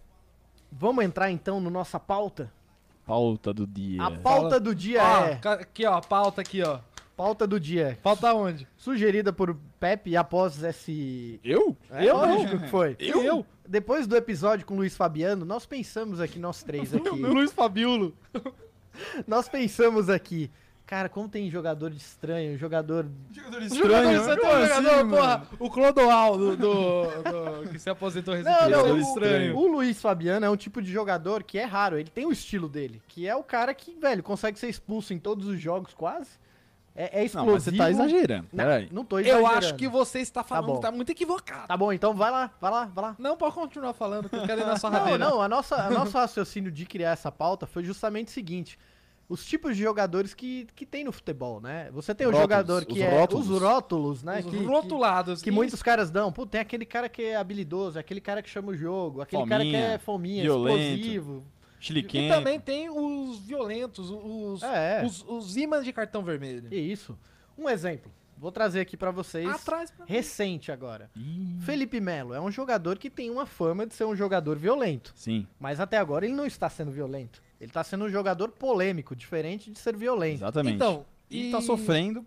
S2: vamos entrar então no nossa pauta?
S3: Pauta do dia.
S1: Ah,
S2: A pauta do dia
S1: Ó,
S2: é.
S1: ca- Aqui, ó, a pauta aqui, ó.
S2: Pauta do dia.
S1: Pauta onde?
S2: Sugerida por Pepe e após esse.
S3: Eu?
S2: É,
S1: Eu não.
S2: lógico que foi.
S1: Eu?
S2: Depois do episódio com o Luiz Fabiano, nós pensamos aqui, nós três aqui.
S1: Luiz Fabiulo.
S2: nós pensamos aqui. Cara, como tem jogador de estranho, jogador.
S1: Estranho,
S3: né?
S1: você tem
S3: Como
S1: um
S3: assim,
S1: jogador,
S3: mano?
S1: porra. O Clodoal do, do- do- que se aposentou recentemente.
S2: não,
S1: Jogador
S3: o-
S1: estranho.
S2: O Luiz Fabiano é um tipo de jogador que é raro, ele tem o estilo dele, que é o cara que, velho, consegue ser expulso em todos os jogos quase. É, é
S3: Não,
S2: explosivo.
S3: mas você tá exagerando.
S2: Não,
S3: Peraí.
S2: não tô
S1: Eu
S2: exagerando.
S1: acho que você está falando
S2: bom.
S1: que tá muito equivocado.
S2: Tá bom, então vai lá, vai lá, vai lá.
S1: Não, pode continuar falando, que eu quero ir na sua
S2: Não,
S1: radeira.
S2: não, a nossa, a nosso raciocínio de criar essa pauta foi justamente o seguinte. Os tipos de jogadores que, que tem no futebol, né? Você tem o
S3: Rótulos,
S2: jogador que
S3: os
S2: é
S3: rótulos.
S2: os rótulos, né?
S1: Os
S2: que, que-
S1: rotulados.
S2: que muitos caras dão. Pô, tem aquele cara que é habilidoso, aquele cara que chama o jogo, aquele cara que é
S3: Fominha,
S2: fominha,
S3: violento.
S2: explosivo.
S1: E
S3: Chiliquente.
S1: também tem os violentos, os,
S2: É, é.
S1: os, os ímãs de cartão vermelho.
S2: E isso. Um exemplo. Vou trazer aqui pra vocês.
S1: Atrás pra...
S2: Recente agora.
S3: Ih,
S2: Felipe Melo é um jogador que tem uma fama de ser um jogador violento.
S3: Sim,
S2: Mas até agora ele não está sendo violento. Ele está sendo um jogador polêmico, diferente de ser violento.
S3: exatamente.
S1: Então,
S3: e tá sofrendo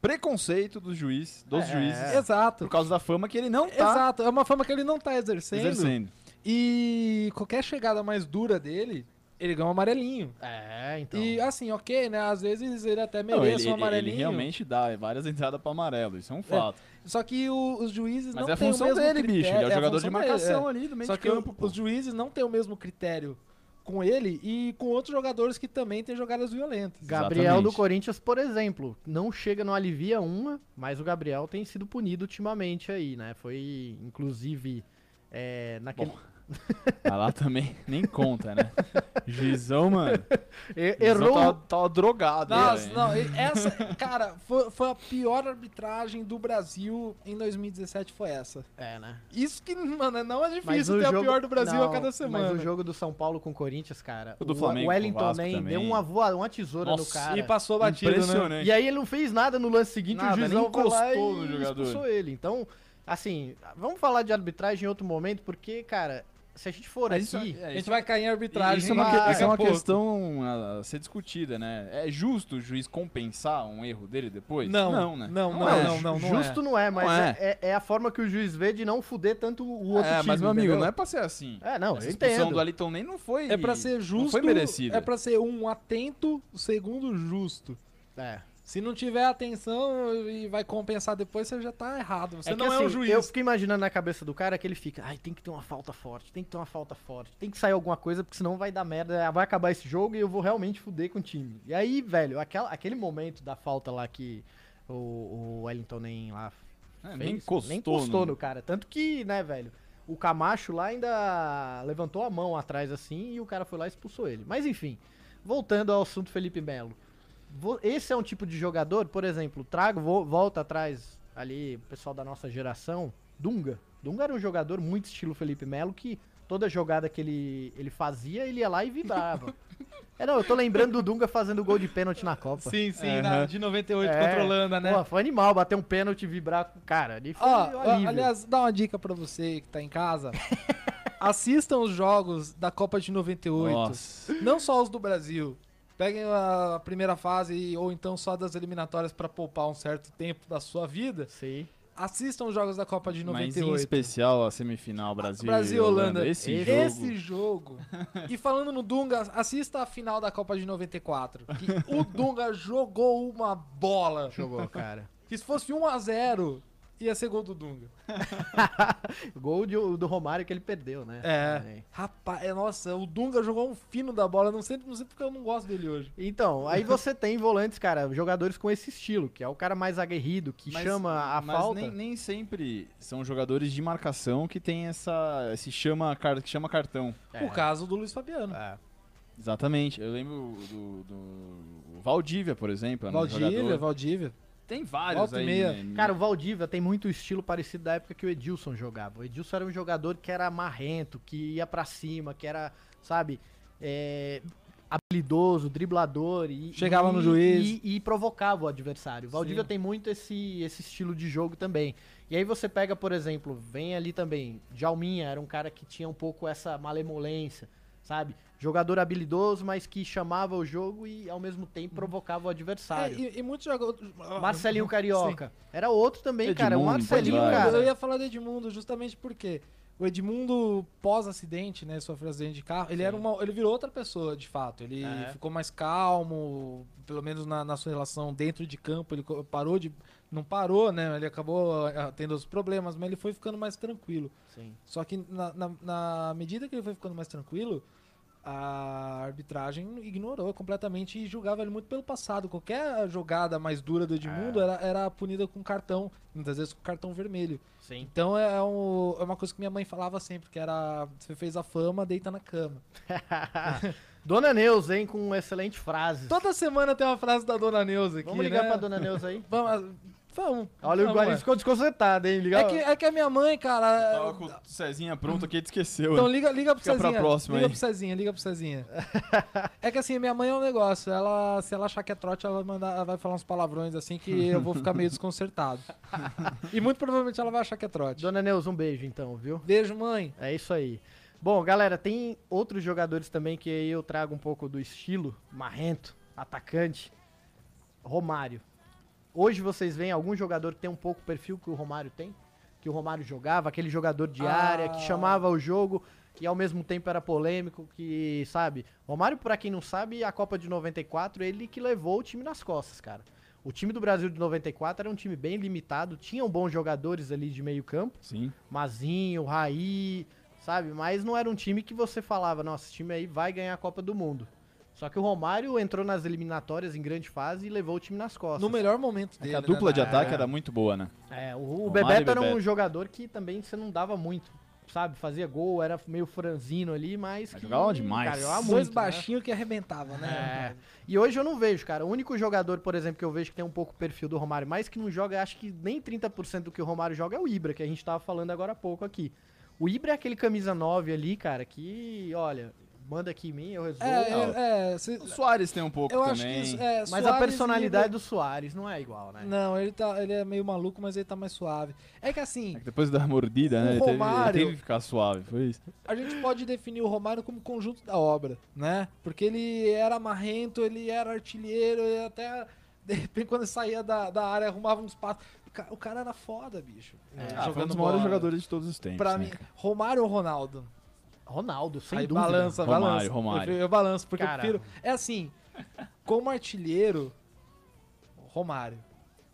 S3: preconceito do juiz, dos
S2: É.
S3: juízes,
S1: Exato.
S3: por causa da fama que ele não tá
S1: Exato. É uma fama que ele não tá exercendo.
S3: exercendo.
S1: E qualquer chegada mais dura dele, ele ganha um amarelinho.
S2: É, então.
S1: E assim, ok, né? Às vezes ele até
S3: Não,
S1: merece
S3: ele,
S1: um
S3: ele- ele
S1: amarelinho.
S3: realmente dá várias entradas pra amarelo, isso é um fato.
S1: Só que o- os juízes
S3: Mas
S1: não
S3: é a
S1: têm o
S3: função
S1: mesmo
S3: dele,
S1: critério.
S3: bicho. Ele é o
S1: a
S3: jogador de
S1: função dele,
S3: marcação
S1: é.
S3: ali do meio
S1: Só
S3: de
S1: que o-
S3: campo, pô.
S1: os juízes não têm o mesmo critério com ele e com outros jogadores que também têm jogadas violentas.
S2: Gabriel do
S3: Exatamente.
S2: Corinthians, por exemplo, não chega, não alivia uma, mas o Gabriel tem sido punido ultimamente aí, né? Foi, inclusive, é, naquele.
S3: Mas Ah, lá também nem conta, né? Juizão, mano. tá
S2: E-
S3: juizão
S2: errou.
S3: Tava, tava drogado.
S1: Nossa,
S3: né?
S1: um- não, e- essa, cara, foi, foi a pior arbitragem do Brasil em 2017, foi essa.
S2: É, né?
S1: Isso que, mano, não é
S2: Mas
S1: difícil
S2: o
S1: ter a
S2: jogo-
S1: pior do Brasil
S2: não,
S1: a cada semana.
S2: Mas o jogo do São Paulo com o Corinthians, cara.
S3: O do Flamengo com o
S2: Wellington
S3: Vasco
S2: nem
S3: também.
S2: deu uma, voa, uma tesoura no
S3: Nossa,
S2: cara.
S1: E passou batido, né?
S3: Impressionante.
S2: E aí ele não fez nada no lance seguinte,
S3: Nada,
S2: o juizão
S3: nem
S2: foi lá e
S3: encostou no jogador.
S2: expulsou ele. Então, assim, vamos falar de arbitragem em outro momento, porque, cara, se a gente for
S3: Mas isso-
S2: aqui...
S3: é,
S1: A
S3: isso
S1: gente vai cair em arbitragem. Ah,
S3: Isso é uma, que-
S1: daqui a
S3: isso é uma
S1: pouco.
S3: questão a a ser discutida, né? É justo o juiz compensar um erro dele depois?
S1: Não,
S3: não né?
S1: não, não,
S3: é.
S1: não, não, não
S2: Justo não é, mas
S3: Não é.
S2: é. é- é a forma que o juiz vê de não fuder tanto o outro
S3: É,
S2: time,
S3: mas meu amigo,
S2: entendeu?
S3: não é pra ser assim.
S2: É, não,
S3: Essa
S2: eu
S3: expulsão
S2: entendo.
S3: do Aliton nem não foi.
S1: É pra ser justo.
S3: Não foi merecida.
S1: É pra ser um atento, o segundo justo.
S2: É.
S1: Se não tiver atenção e vai compensar depois, você já tá errado. Você
S2: É que,
S1: não é um
S2: assim,
S1: juiz.
S2: Eu fico imaginando na cabeça do cara que ele fica, ai, tem que ter uma falta forte, tem que ter uma falta forte, tem que sair alguma coisa, porque senão vai dar merda, vai acabar esse jogo e eu vou realmente fuder com o time. E aí, velho, aquela- aquele momento da falta lá que o, o Wellington nem lá
S3: É,
S2: fez,
S3: nem encostou.
S2: nem encostou
S3: no-
S2: no cara. Tanto que, né, velho, o Camacho lá ainda levantou a mão atrás assim e o cara foi lá e expulsou ele. Mas enfim, voltando ao assunto Felipe Melo. Vo- Esse é um tipo de jogador, por exemplo, trago, vo- volta atrás ali, o pessoal da nossa geração, Dunga. Dunga era um jogador muito estilo Felipe Melo que toda jogada que ele, ele fazia, ele ia lá e vibrava. é, não, eu tô lembrando do Dunga fazendo gol de pênalti na Copa.
S1: Sim, sim,
S3: Aham.
S1: na- de 98
S2: É.
S1: contra a Holanda, né?
S2: Pô, foi animal bater um pênalti e vibrar. Cara, ali foi
S1: Ó, ó,
S2: alívio.
S1: aliás, dá uma dica pra você que tá em casa. Assistam os jogos da Copa de 98.
S3: Nossa.
S1: Não só os do Brasil. Peguem a primeira fase ou então só das eliminatórias pra poupar um certo tempo da sua vida.
S2: Sim.
S1: Assistam os jogos da Copa de
S3: Mas em
S1: 98.
S3: especial a semifinal Brasil,
S1: Ah,
S3: né?
S1: Brasil e Holanda.
S3: Esse,
S2: Esse-
S1: Esse
S3: jogo.
S1: jogo. E falando no Dunga, assista a final da Copa de 94. Que o Dunga jogou uma bola.
S2: Jogou, cara.
S1: Que se fosse 1x0, ia ser gol do Dunga.
S2: Gol de- do Romário que ele perdeu, né?
S1: É. Rapaz, é, nossa, o Dunga jogou um fino da bola. Não sei, não sei porque eu não gosto dele hoje.
S2: Então, aí você tem volantes, cara, jogadores com esse estilo, que é o cara mais aguerrido, que
S3: Mas-
S2: chama a
S3: mas
S2: falta.
S3: Nem, nem sempre são jogadores de marcação que tem essa. Esse chama, car- que chama cartão.
S2: É.
S1: O caso do Luiz Fabiano.
S2: É.
S3: Exatamente. Eu lembro do. do- o Valdívia, por exemplo. era um
S1: Valdívia,
S3: jogador-
S1: Valdívia.
S3: Tem vários
S1: volta e
S3: aí.
S1: meia.
S3: né?
S2: Cara, o Valdívia tem muito estilo parecido da época que o Edilson jogava. O Edilson era um jogador que era marrento, que ia pra cima, que era, sabe, é, habilidoso, driblador e
S1: Chegava
S2: e-
S1: no juiz.
S2: e, e provocava o adversário. O Valdívia
S1: Sim.
S2: tem muito esse esse estilo de jogo também. E aí você pega, por exemplo, vem ali também Jalminha, era um cara que tinha um pouco essa malemolência, sabe? Jogador habilidoso, mas que chamava o jogo e ao mesmo
S1: Hum.
S2: tempo provocava o adversário.
S1: É, e, e muitos jogadores.
S2: Marcelinho Carioca. Era outro também, cara. O
S3: Edmundo,
S2: Marcelinho,
S3: Edmundo,
S2: cara.
S1: Eu ia falar do Edmundo justamente porque o Edmundo pós-acidente, né, sofreu acidente de carro, ele era uma, ele virou outra pessoa de fato. Ele
S2: É.
S1: ficou mais calmo, pelo menos na, na sua relação dentro de campo, ele co- parou de não parou, né? Ele acabou ah, tendo os problemas, mas ele foi ficando mais tranquilo.
S2: Sim.
S1: Só que na, na- na medida que ele foi ficando mais tranquilo, a arbitragem ignorou completamente e julgava ele muito pelo passado. Qualquer jogada mais dura do Edmundo
S2: É.
S1: era, era punida com cartão, muitas vezes com cartão vermelho.
S2: Sim.
S1: Então é, um- é uma coisa que minha mãe falava sempre, que era você fez a fama, deita na cama.
S2: Dona Neuza, hein, com excelente frase.
S1: Toda semana tem uma frase da Dona Neuza aqui,
S2: Vamos ligar
S1: né?
S2: pra Dona Neuza aí?
S1: Vamos, vamos.
S2: Olha, o
S1: vamos,
S2: Guarim
S1: mano.
S2: ficou desconcertado, hein? Liga...
S1: é que, é que a minha mãe, cara...
S2: Tá
S3: Tava com o Cezinha pronto aqui, ele esqueceu.
S1: Então
S3: né?
S1: liga, liga pro
S3: Fica pra
S1: Cezinha.
S3: próxima
S1: liga
S3: aí.
S1: pro Cezinha, liga pro Cezinha. é que assim, minha mãe é um negócio. Ela, se ela achar que é trote, ela vai, mandar, ela vai falar uns palavrões assim que eu vou ficar meio desconcertado. e muito provavelmente ela vai achar que é trote.
S2: Dona Neuza, um beijo então, viu?
S1: Beijo, mãe.
S2: É isso aí. Bom, galera, tem outros jogadores também que aí eu trago um pouco do estilo marrento, atacante. Romário. Hoje vocês veem algum jogador que tem um pouco o perfil que o Romário tem? Que o Romário jogava, aquele jogador de
S1: Ah.
S2: área que chamava o jogo e ao mesmo tempo era polêmico, que, sabe? Romário, pra quem não sabe, a Copa de 94, ele que levou o time nas costas, cara. O time do Brasil de 94 era um time bem limitado, tinham bons jogadores ali de meio campo,
S3: Sim.
S2: Mazinho, Raí, sabe? Mas não era um time que você falava, nossa, esse time aí vai ganhar a Copa do Mundo. Só que o Romário entrou nas eliminatórias em grande fase e levou o time nas costas.
S1: No melhor momento
S3: É
S1: dele.
S3: que a
S1: né,
S3: dupla de
S1: na-
S3: ataque era muito boa, né?
S2: É, o, o
S3: Romário e
S2: Bebeto era um
S3: Bebeto.
S2: jogador que também você não dava muito, sabe? Fazia gol, era meio franzino ali, mas.
S3: Mas
S2: que
S3: jogava demais.
S2: cara, jogava
S1: Dois
S2: muito, né?
S1: baixinhos que arrebentava, né?
S2: É. E hoje eu não vejo, cara. O único jogador, por exemplo, que eu vejo que tem um pouco o perfil do Romário, mas que não joga, acho que nem 30% do que o Romário joga é o Ibra, que a gente tava falando agora há pouco aqui. O Ibra é aquele camisa 9 ali, cara, que, olha, manda aqui em mim, eu resolvo.
S1: É, é, é, se-
S3: O Soares tem um pouco
S1: eu
S3: também.
S1: acho que isso, é,
S2: mas a
S1: Suárez
S2: personalidade
S1: e-
S2: do Soares não é igual, né?
S1: Não, ele, tá, ele é meio maluco, mas ele tá mais suave. É que assim,
S3: É que Depois da mordida,
S1: O
S3: né? Ele teve, ele
S1: Romário-
S3: teve que ficar suave, foi isso.
S1: a gente pode definir o Romário como conjunto da obra, né? Porque ele era marrento, ele era artilheiro, ele até de repente quando ele saía da, da área arrumava uns passos. O ca- O cara era foda, bicho.
S3: Ah, foi um dos
S1: É, bola.
S3: maiores jogadores de todos os tempos.
S1: Pra
S3: né?
S1: mim, Romário ou Ronaldo?
S2: Ronaldo, sem
S1: Aí
S2: dúvida.
S1: balança,
S3: Romário,
S1: balança.
S3: Romário.
S1: Eu, prefiro- eu balanço, porque
S2: Cara.
S1: eu prefiro. É assim, como artilheiro, Romário.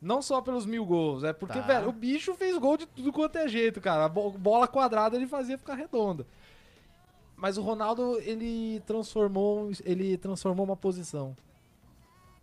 S1: Não só pelos mil gols, é porque,
S2: Tá.
S1: velho, o bicho fez gol de tudo quanto é jeito, cara. A bo- bola quadrada ele fazia ficar redonda. Mas o Ronaldo, ele transformou, um ele transformou uma posição.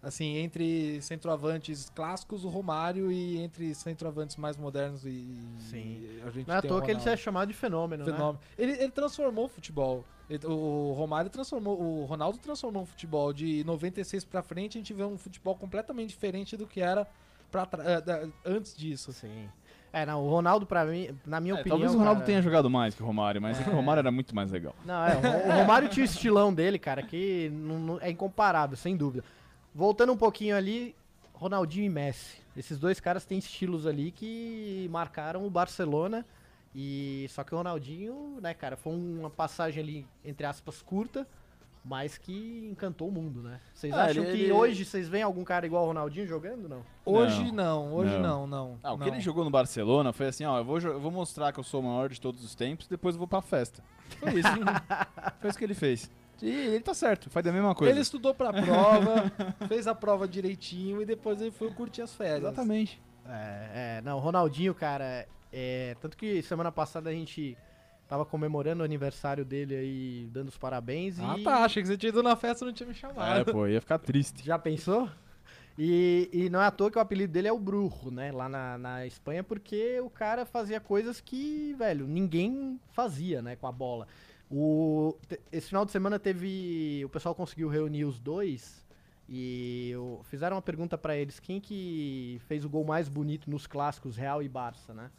S1: Assim, entre centroavantes clássicos, o Romário, e entre centroavantes mais modernos e.
S2: Sim.
S1: A gente
S2: Não é à
S1: tem o
S2: toa que ele
S1: Ronaldo.
S2: se é chamado de fenômeno, né?
S1: Fenômeno. Ele, ele transformou o futebol. Ele- o Romário transformou, o Ronaldo transformou o futebol de 96 pra frente, a gente vê um futebol completamente diferente do que era pra tra- eh, da- antes disso.
S2: Sim. É, não, o Ronaldo, pra mim, na minha
S3: É,
S2: opinião.
S3: talvez o Ronaldo
S2: cara,
S3: tenha jogado mais que o Romário, mas é que o Romário era muito mais legal.
S2: Não, é, o o Romário tinha o estilão dele, cara, que não- não- é incomparável, sem dúvida. Voltando um pouquinho ali, Ronaldinho e Messi. Esses dois caras têm estilos ali que marcaram o Barcelona. E só que o Ronaldinho, né, cara, foi uma passagem ali entre aspas curta, mas que encantou o mundo, né? Vocês
S3: Ah,
S2: acham
S3: ele-
S2: que
S3: ele-
S2: hoje vocês veem algum cara igual o Ronaldinho jogando, não?
S1: Hoje não, hoje não,
S3: Não.
S1: não.
S3: Ah, o que
S1: não.
S3: ele jogou no Barcelona foi assim, ó, eu vou, jo- eu vou mostrar que eu sou o maior de todos os tempos, depois eu vou pra festa. Foi isso. foi isso que ele fez. E ele tá certo, faz a mesma coisa.
S1: Ele estudou pra prova, fez a prova direitinho e depois ele foi curtir as férias.
S3: Exatamente.
S2: É, é, não, o Ronaldinho, cara, é, tanto que semana passada a gente tava comemorando o aniversário dele aí, dando os parabéns
S1: Ah
S2: e
S1: tá, achei que você tinha ido na festa e não tinha me
S3: É,
S1: chamado.
S3: pô, ia ficar triste.
S2: já pensou? E, e não é à toa que o apelido dele é o Brujo, né, lá na, na Espanha, porque o cara fazia coisas que, velho, ninguém fazia, né, com a bola. O, te- esse final de semana teve, o pessoal conseguiu reunir os dois e eu- fizeram uma pergunta pra eles, quem que fez o gol mais bonito nos clássicos Real e Barça, né?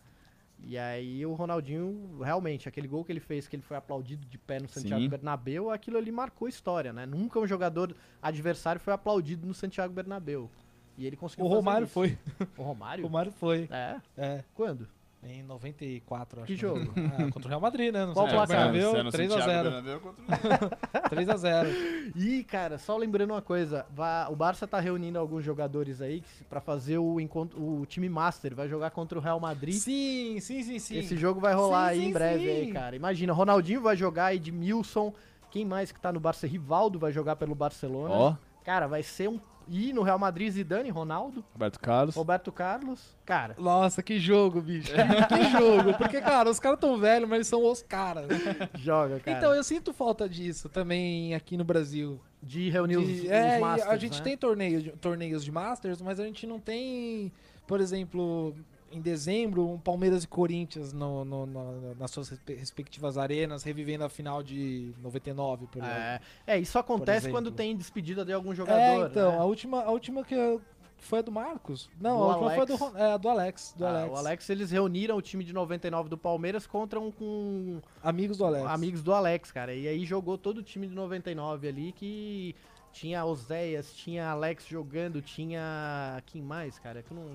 S2: E aí o Ronaldinho, realmente, aquele gol que ele fez, que ele foi aplaudido de pé no Santiago
S3: Sim.
S2: Bernabéu, aquilo ali marcou história, né? Nunca um jogador adversário foi aplaudido no Santiago Bernabéu. E ele conseguiu
S1: O
S2: fazer
S1: Romário
S2: isso.
S1: foi. O
S2: O Romário?
S1: Romário foi.
S2: É?
S1: É.
S2: Quando?
S1: Em 94, acho.
S2: Que
S1: né?
S2: jogo?
S1: Ah, contra o Real Madrid, né? No
S2: Qual
S1: Santiago
S2: placar?
S1: Bernabéu,
S3: Sendo
S1: 3x0.
S3: É, Santiago Bernabéu contra o-
S1: 3x0.
S2: E, cara, só lembrando uma coisa, vá- o Barça tá reunindo alguns jogadores aí que se- pra fazer o encontro, o time master, vai jogar contra o Real Madrid.
S1: Sim, sim, sim, sim.
S2: Esse jogo vai rolar
S1: Sim,
S2: aí
S1: sim,
S2: em breve
S1: sim.
S2: aí, cara. Imagina, Ronaldinho vai jogar, Edmilson, quem mais que tá no Barça? Rivaldo vai jogar pelo Barcelona.
S3: Ó,
S2: Cara, vai ser um e no Real Madrid Zidane, Ronaldo,
S3: Roberto Carlos.
S2: Roberto Carlos. Cara,
S1: Nossa, que jogo, bicho. que jogo. Porque, cara, os caras tão velhos, mas eles são os caras. né?
S2: joga, cara.
S1: Então, eu sinto falta disso também aqui no Brasil.
S2: de reunir os,
S1: De-
S2: os
S1: é, e
S2: Masters,
S1: a gente
S2: né?
S1: tem torneio, de- torneios de Masters, mas a gente não tem, por exemplo, em dezembro, um Palmeiras e Corinthians no- no- no- nas suas respe- respectivas arenas, revivendo a final de 99, por exemplo.
S2: É, é, isso acontece
S1: exemplo.
S2: quando tem despedida de algum jogador.
S1: É, então,
S2: né?
S1: a última, a última que eu- foi a do Marcos? Não,
S2: Do
S1: a última
S2: Alex.
S1: foi a do, Ron- é, a do Alex. Do
S2: Ah,
S1: Alex.
S2: O Alex, eles reuniram o time de 99 do Palmeiras contra um com
S1: Amigos do Alex.
S2: amigos do Alex, cara. E aí jogou todo o time de 99 ali que tinha Oséias, tinha Alex jogando, tinha quem mais, cara? Que não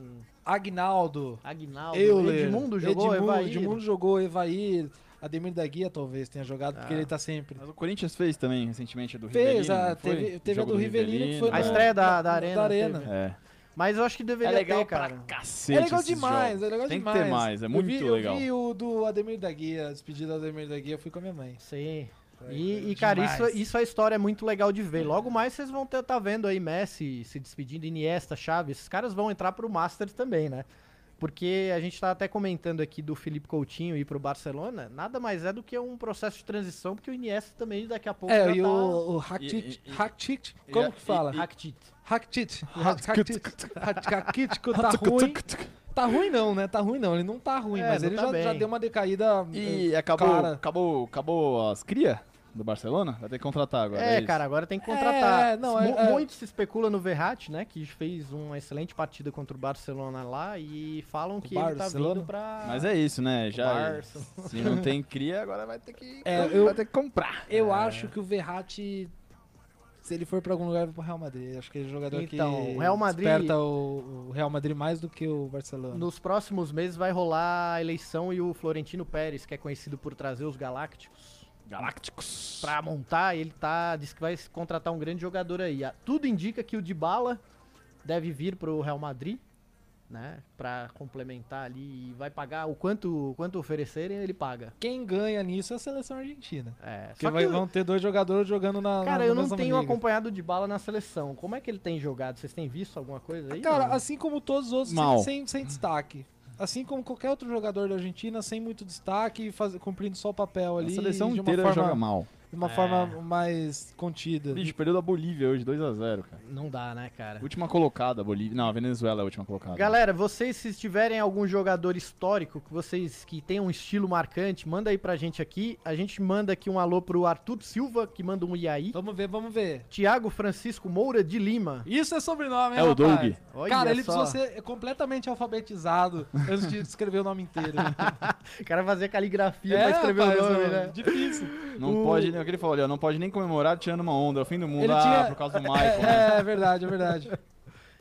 S1: Agnaldo.
S2: Agnaldo,
S1: Euler.
S2: Edmundo jogou,
S1: Edmundo,
S2: Evair.
S1: Edmundo jogou, Evair. Ademir da Guia talvez tenha jogado, porque
S2: Ah.
S1: ele tá sempre.
S3: Mas o Corinthians fez também recentemente a do Rivelino.
S1: Fez,
S3: não
S1: a,
S3: foi?
S1: teve, teve a
S3: Jogo
S1: do Rivelino, que foi
S2: A
S1: na-
S3: né?
S2: estreia da-
S1: na-
S2: da
S1: na-
S2: Arena teve.
S3: É.
S2: Mas eu acho que deveria
S3: É legal
S2: ter, cara.
S3: Cacete
S1: É legal
S3: esses
S1: demais,
S3: jogos.
S1: é legal
S3: Tem que
S1: demais.
S3: ter mais, é muito
S1: eu vi,
S3: legal.
S1: Eu vi o do Ademir da Guia, a despedida do Ademir da Guia, eu fui com a minha mãe.
S2: Sim. E, e, cara, isso, isso é história muito legal de ver. Logo mais vocês vão estar vendo aí Messi se despedindo, Iniesta, Chaves. Esses caras vão entrar pro Masters também, né? Porque a gente tá até comentando aqui do Felipe Coutinho ir pro Barcelona. Nada mais é do que um processo de transição, porque o Iniesta também daqui a pouco já
S1: É, e
S2: tá...
S1: o, o
S3: E-
S1: Haktit,
S3: e- e-
S1: Haktit,
S3: e-
S1: como que
S3: e-
S1: fala?
S2: Rakitic.
S1: Haktit, Haktit, Haktit, tá ruim. Tá ruim não, né? Tá ruim não, ele não tá ruim,
S2: É,
S1: mas
S2: não
S1: ele
S2: tá
S1: já, já
S2: bem.
S1: deu uma decaída...
S3: E
S1: eh,
S3: acabou,
S1: Cara.
S3: acabou, acabou as cria do Barcelona? Vai ter que contratar agora.
S2: É,
S3: isso.
S2: cara, agora tem que contratar.
S1: É, não, é-
S2: Mu-
S1: é.
S2: Muito se especula no Verratti, né? Que fez uma excelente partida contra o Barcelona lá e falam que ele tá
S1: Barcelona?
S2: vindo pra...
S3: Mas é isso, né? Já
S2: Barça.
S3: se não tem cria, agora vai ter que
S1: É,
S3: vai
S1: eu-
S3: ter que comprar.
S2: É.
S1: Eu acho que o Verratti, se ele for pra algum lugar, vai pro Real Madrid. Acho que ele é o jogador
S2: Então,
S1: que
S2: o Real Madrid-
S1: desperta o, o Real Madrid mais do que o Barcelona.
S2: Nos próximos meses vai rolar a eleição e o Florentino Pérez, que é conhecido por trazer os Galácticos
S3: Galácticos.
S2: pra montar, ele tá diz que vai contratar um grande jogador aí. Ah, Tudo indica que o Dybala deve vir pro Real Madrid, né, Pra complementar ali e vai pagar o quanto, quanto oferecerem, ele paga.
S1: Quem ganha nisso é a seleção argentina.
S2: É,
S1: Porque vai- vão ter dois jogadores jogando na.
S2: Cara,
S1: na,
S2: eu
S1: na
S2: não
S1: mesma
S2: tenho
S1: liga.
S2: acompanhado o Dybala na seleção. Como é que ele tem jogado? Vocês têm visto alguma coisa aí?
S1: Cara,
S2: não?
S1: assim como todos os outros,
S3: Mal.
S1: sem, sem, sem destaque. Assim como qualquer outro jogador da Argentina, sem muito destaque, faz- cumprindo só o papel
S3: A
S1: ali.
S3: seleção
S1: de uma
S3: inteira
S1: forma,
S3: joga mal.
S1: De uma
S2: É.
S1: forma mais contida.
S3: Bicho, perdeu da Bolívia hoje, 2x0, cara.
S2: não dá, né, cara?
S3: Última colocada, Bolívia. Não, a Venezuela é a última colocada.
S2: Galera, vocês se tiverem algum jogador histórico que vocês que tem um estilo marcante, manda aí pra gente aqui. A gente manda aqui um alô pro Arthur Silva, que manda um iaí.
S1: Vamos ver, vamos ver.
S2: Tiago Francisco Moura de Lima.
S1: Isso é sobrenome, hein,
S3: É o
S1: rapaz?
S3: Doug.
S2: Olha
S1: Cara, ele
S2: só.
S1: precisou ser completamente alfabetizado antes de escrever o nome inteiro.
S2: O cara fazia caligrafia pra escrever
S1: É, rapaz,
S2: o nome,
S1: mano,
S2: né?
S1: Difícil.
S3: Não
S2: O-
S3: pode, nem- o que ele falou ali, ó, não pode nem comemorar tirando uma onda, é o fim do mundo,
S1: Ele
S3: ah,
S1: tinha-
S3: por causa do Michael. né?
S1: É, é verdade, é verdade.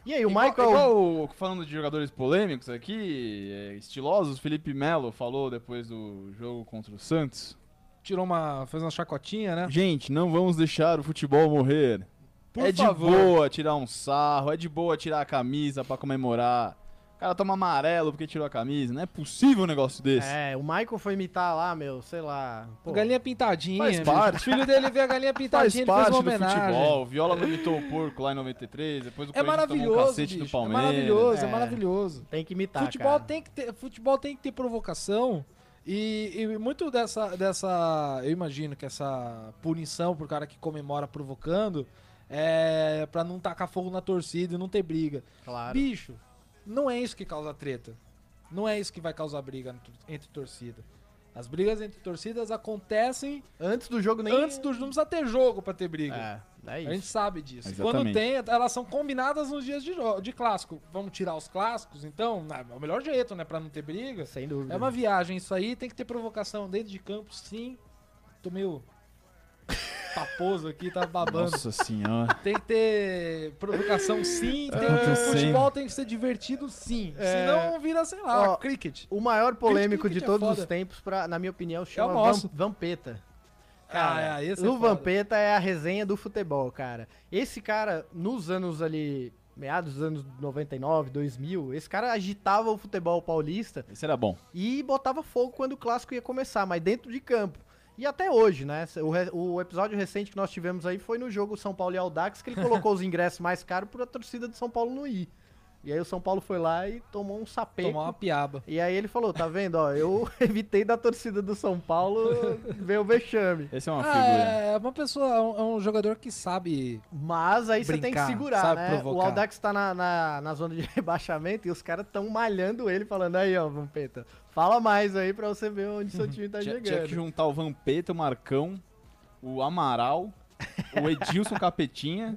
S2: E aí, o
S3: Igual-
S2: Michael.
S3: Igual, falando de jogadores polêmicos aqui, é, estilosos, Felipe Melo falou depois do jogo contra o Santos.
S1: Tirou uma. fez uma chacotinha, né?
S3: Gente, não vamos deixar o futebol morrer.
S1: Por
S3: é
S1: favor.
S3: de boa tirar um sarro, é de boa tirar a camisa pra comemorar. O cara toma amarelo porque tirou a camisa, não é possível um negócio desse.
S2: É, o Michael foi imitar lá, meu, sei lá. pô.
S1: Galinha pintadinha.
S3: Faz
S1: bicho.
S3: parte.
S1: O filho dele vê a galinha
S3: Faz
S1: pintadinha, ele fez
S3: parte
S1: uma
S3: do
S1: homenagem.
S3: futebol. Viola vomitou o porco lá em 93, depois o
S1: É
S3: Corinthians tomou um
S1: maravilhoso,
S3: cacete do
S1: bicho. é
S3: Palmeiras.
S1: maravilhoso, é,
S2: É.
S1: maravilhoso.
S2: Tem que imitar.
S1: futebol,
S2: Tá, cara.
S1: tem que ter, futebol tem que ter provocação. E, e muito dessa, dessa. Eu imagino que essa punição pro cara que comemora provocando é pra não tacar fogo na torcida e não ter briga.
S2: Claro.
S1: Bicho, não é isso que causa treta. Não é isso que vai causar briga no- entre torcida. As brigas entre torcidas acontecem
S2: Antes do jogo nem.
S1: antes dos. Não precisa ter jogo pra ter briga.
S2: É, é
S1: A gente
S2: isso.
S1: sabe disso. Quando
S3: Exatamente.
S1: tem, elas são combinadas nos dias de, jo- de clássico. Vamos tirar os clássicos, então? Ah, É o melhor jeito, né? Pra não ter briga.
S2: Sem dúvida.
S1: É uma viagem isso aí, tem que ter provocação dentro de campo, sim. Tô meio paposo aqui, tá babando.
S3: Nossa senhora.
S1: Tem que ter provocação, sim. Tem que,
S3: acontecendo?
S1: futebol tem que ser divertido, sim.
S2: É.
S1: Senão vira, sei lá,
S2: Ó,
S1: cricket.
S2: O maior polêmico
S1: Cricket
S2: de
S1: é
S2: todos
S1: foda. É
S2: os tempos, pra, na minha opinião, chama
S1: nosso.
S2: Vam- Vampeta.
S1: Cara,
S2: Cara,
S1: esse é
S2: o
S1: foda.
S2: Vampeta é a resenha do futebol, cara. Esse cara, nos anos ali, meados dos anos 99, 2000, esse cara agitava o futebol paulista
S3: Esse era bom.
S2: e botava fogo quando o clássico ia começar, mas dentro de campo. E até hoje, né? O, re- o episódio recente que nós tivemos aí foi no jogo São Paulo e Aldax, que ele colocou os ingressos mais caros pra torcida de São Paulo não ir. E aí o São Paulo foi lá e tomou um sapeco.
S1: Tomar uma piaba.
S2: E aí ele falou, tá vendo, ó, eu evitei da torcida do São Paulo ver o vexame.
S3: Esse é uma figura.
S1: Ah, é uma pessoa, é um, é um jogador que sabe.
S2: Mas aí você tem que
S1: Brincar,
S2: segurar,
S1: sabe,
S2: né? O
S1: provocar.
S2: Aldax tá na, na, na zona de rebaixamento e os caras tão malhando ele, falando aí, ó, Vampeta, fala mais aí pra você ver onde seu time tá
S1: é
S3: Tinha,
S2: chegando.
S3: tinha que juntar o Vampeta, o Marcão, o Amaral, o Edilson Capetinha,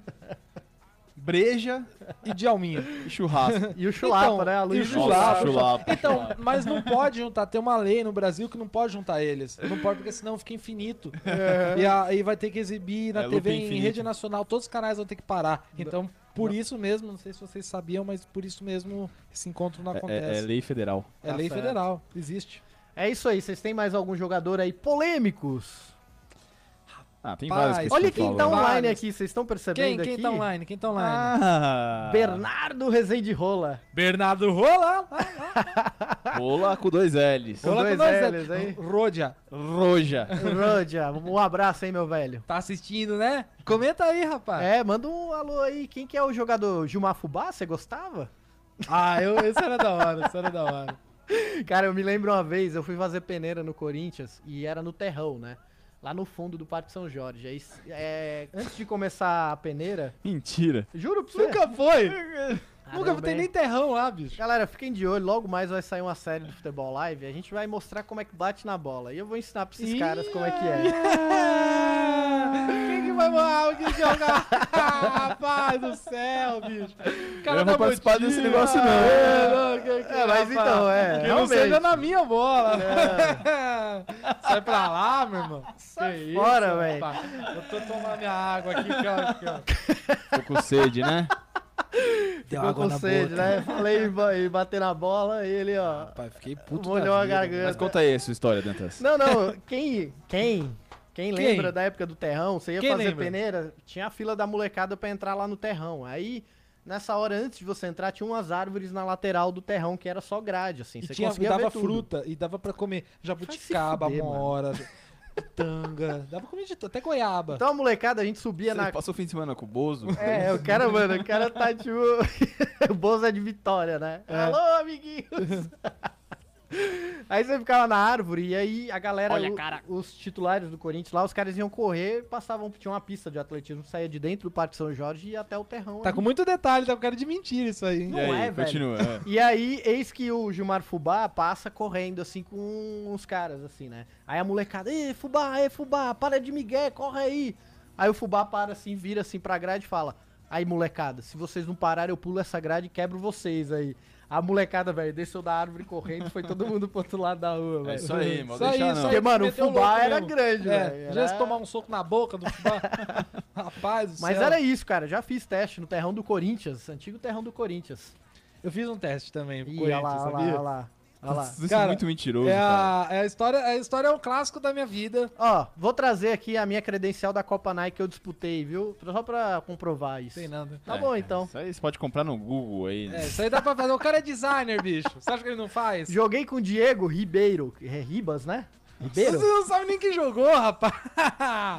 S3: Breja
S1: E de alminha.
S3: e churrasco.
S2: E o Chulapa,
S1: Então,
S2: né? A
S1: e o
S2: luz
S1: Chulapa.
S3: Nossa, chulapa.
S1: Então, mas não pode juntar. Tem uma lei no Brasil que não pode juntar eles. Não pode, porque senão fica infinito. E aí vai ter que exibir na
S3: É,
S1: TV,
S3: loop
S1: em
S3: infinito.
S1: rede nacional. Todos os canais vão ter que parar. Então, por isso mesmo, não sei se vocês sabiam, mas por isso mesmo esse encontro não
S3: É, é
S1: acontece.
S3: lei federal.
S1: É, lei
S2: Tá certo.
S1: federal, existe.
S2: É isso aí, vocês têm mais algum jogador aí polêmicos?
S3: Ah, tem
S1: Paz.
S3: várias que né?
S2: Olha
S3: estão
S2: quem tá
S1: né?
S3: falando.
S2: online
S1: Vários.
S2: aqui, vocês estão
S1: Quem?
S2: percebendo
S1: Quem
S2: aqui?
S1: tá online? Quem tá online?
S3: Ah,
S2: Bernardo Rezende Rola.
S1: Bernardo Rola! Ah,
S3: Rola com dois L's.
S2: Com
S1: Rola com
S2: dois
S1: nós,
S2: Ls aí.
S1: né? Rodia,
S3: Roja.
S2: Rodia, um abraço aí, meu velho.
S1: tá assistindo, né? Comenta aí, rapaz.
S2: É, manda um alô aí. Quem que é o jogador Gilmar Fubá? Você gostava?
S1: Ah, eu, isso era da hora, isso era da hora.
S2: Cara, eu me lembro uma vez, eu fui fazer peneira no Corinthians e era no terrão, né? Lá no fundo do Parque São Jorge. Aí, é, antes de começar a peneira,
S3: Mentira.
S2: juro pra você.
S1: Nunca foi!
S2: Caramba,
S1: Nunca tem
S2: hein?
S1: nem terrão lá, bicho.
S2: Galera, fiquem de olho, logo mais vai sair uma série do Futebol Live. A gente vai mostrar como é que bate na bola. E eu vou ensinar pra esses
S1: Ih,
S2: caras como é que é.
S1: Quem que vai morrer? Quem que jogar? Rapaz do céu, bicho. O
S3: Eu não vou
S1: tá
S3: participar
S1: motivo.
S3: desse negócio, não.
S1: É, não, que- que-
S2: É, mas
S1: rapaz,
S2: então, é,
S1: Que não
S2: realmente.
S1: seja na minha bola. Sai pra lá, meu irmão. É. Sai
S2: fora, véi.
S1: Eu tô tomando minha água aqui, que ó, aqui, ó.
S3: Tô com sede, né?
S1: Deu
S2: Ficou com sede, né? Falei ba- e bater na bola e ele, ó,
S1: fiquei puto
S2: molhou a garganta.
S3: Mas conta aí a sua história, Dantas.
S2: Não, não. Quem, quem, quem lembra da época do terrão? Você ia
S1: Quem
S2: fazer
S1: lembra?
S2: peneira, tinha a fila da molecada pra entrar lá no terrão. Aí, nessa hora, antes de você entrar, tinha umas árvores na lateral do terrão que era só grade, assim.
S1: E
S2: Você
S1: tinha,
S2: conseguia
S1: dava
S2: ver tudo.
S1: fruta, e dava pra comer jabuticaba,
S2: fuder, mano.
S1: mora, tanga, dava pra comer de tudo, até goiaba.
S2: Então a molecada, a gente subia
S3: Você
S2: na...
S3: passou o fim de semana com o Bozo?
S2: É, o cara, mano, o cara tá tipo. o Bozo é de vitória, né? Alô, amiguinhos! aí você ficava na árvore e aí a galera,
S4: Olha,
S2: o-
S4: cara.
S2: os titulares do Corinthians lá, os caras iam correr, passavam, tinha uma pista de atletismo, saía de dentro do Parque São Jorge e ia até o terrão.
S1: Tá
S2: ali.
S1: com muito detalhe, tá com cara de mentira isso aí. hein?
S2: Não
S3: e aí,
S2: é, velho.
S3: continua. é.
S2: E aí, eis que o Gilmar Fubá passa correndo, assim, com uns caras, assim, né? Aí a molecada, ê, Fubá, ê, Fubá, para de migué, corre aí. Aí o Fubá para, assim, vira, assim, pra grade e fala, aí, molecada, se vocês não pararem, eu pulo essa grade e quebro vocês aí. A molecada, velho, desceu da árvore correndo, foi todo mundo pro outro lado da rua,
S3: É
S2: velho.
S3: isso aí, mano.
S1: Só
S3: deixar
S1: isso,
S3: não.
S1: só
S2: Porque, mano, o
S1: Meteu
S2: Fubá
S1: louco
S2: era
S1: mesmo.
S2: grande,
S1: É,
S2: velho.
S1: já
S2: era-
S1: se tomar um soco na boca do fubá. Rapaz do
S2: Mas
S1: céu.
S2: era isso, cara, já fiz teste no terrão do Corinthians, antigo terrão do Corinthians.
S1: Eu fiz um teste também.
S2: Ih,
S1: com
S2: olha lá,
S1: Corinthians,
S2: olha lá,
S1: sabia?
S2: olha lá. Olha lá.
S3: Isso é
S1: Cara,
S3: muito mentiroso,
S1: É
S3: cara.
S1: a, é a história, a história é um clássico da minha vida.
S2: Ó, vou trazer aqui a minha credencial da Copa Nike que eu disputei, viu? Só pra comprovar isso.
S1: Sem nada.
S2: Tá
S3: É,
S2: bom, então.
S3: Isso aí você pode comprar no Google aí.
S1: É,
S3: Né?
S1: isso aí dá pra fazer. O cara é designer, bicho. Você acha que ele não faz?
S2: Joguei com o Diego Ribeiro. que É Ribas, né?
S1: Você
S2: Ribeiro?
S1: não sabe nem quem jogou, rapaz.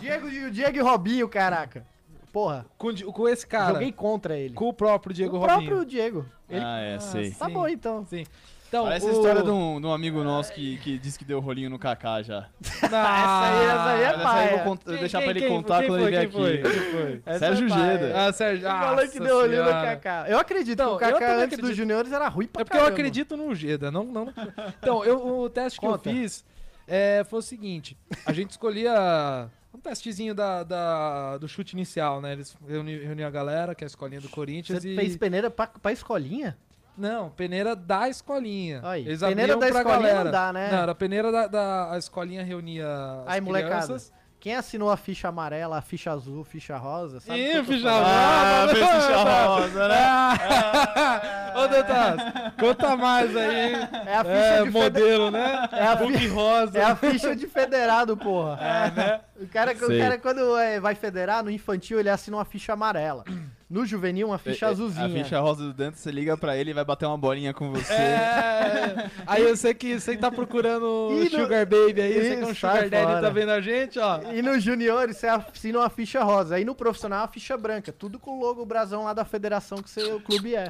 S2: Diego, o Diego e Robinho, caraca. Porra,
S1: com, o- com esse cara.
S2: joguei contra ele.
S1: Com o próprio Diego
S2: o
S1: Robinho.
S2: próprio Diego. Ele...
S3: Ah, é, sei.
S1: sim.
S2: tá bom, então.
S1: Sim. Então,
S3: Parece a
S1: o-
S3: história de um, de um amigo nosso que, que disse que deu rolinho no Kaká já.
S1: Ah,
S2: Essa aí, essa aí
S3: Mas
S2: é
S3: essa aí eu
S2: paia.
S3: vou cont-
S1: quem-
S3: deixar
S1: quem-
S3: pra ele
S1: quem-
S3: contar
S1: quem
S3: quando
S1: foi,
S3: ele vier
S1: quem foi?
S3: aqui.
S1: Quem foi?
S2: Essa
S3: Sérgio
S2: é paia.
S3: Geda.
S1: Ah, Sérgio.
S2: Ele falou que
S1: nossa
S2: deu olho no
S1: senhora.
S2: Kaká. Eu acredito
S1: Então,
S2: que o
S1: eu
S2: Kaká
S1: também
S2: antes dos
S1: acredito.
S2: juniores era ruim pra
S1: É porque eu
S2: caramba.
S1: acredito no Ojeda, não, não. Então, eu, o teste que
S2: Conta.
S1: eu fiz é, foi o seguinte: a gente escolhia um testezinho da, da- do chute inicial, né? Eles reuni- reuniam a galera, que é a escolinha do Corinthians.
S2: Você
S1: e...
S2: fez peneira pra, pra escolinha?
S1: Não, peneira da escolinha.
S2: Aí,
S1: Eles
S2: peneira
S1: abriam
S2: da
S1: pra
S2: escolinha
S1: galera.
S2: não dá, né?
S1: Não, era peneira da, da- a escolinha reunia as
S2: Aí, molecada.
S1: crianças.
S2: Quem assinou a ficha amarela, a ficha azul, ficha rosa, sabe? o que
S1: Ih,
S2: eu tô
S1: ficha
S2: falando?
S3: Ah,
S1: rosa,
S3: fez ficha
S1: né?
S3: rosa, né?
S1: Ah! Ô, Dantas, conta mais aí.
S2: É a ficha
S1: É,
S2: de
S1: modelo, né?
S2: É a
S1: Book rosa.
S2: É a ficha de federado, porra. É, né? O cara, o
S3: Sei.
S2: cara quando é, vai federar, no infantil, ele assina uma ficha amarela. No juvenil, uma ficha
S3: É, é,
S2: azulzinha.
S3: A ficha rosa do Dante, você liga pra ele e vai bater uma bolinha com você.
S1: É. Aí eu sei que você que tá procurando um
S2: Ih, não-
S1: Sugar Baby aí, você que é um
S2: Ih,
S1: Sugar
S2: sai
S1: Daddy
S2: fora.
S1: tá vendo a gente, ó.
S2: E no junior, você assina uma ficha rosa. Aí no profissional, uma ficha branca. Tudo com o logo brasão lá da federação que você, o clube é.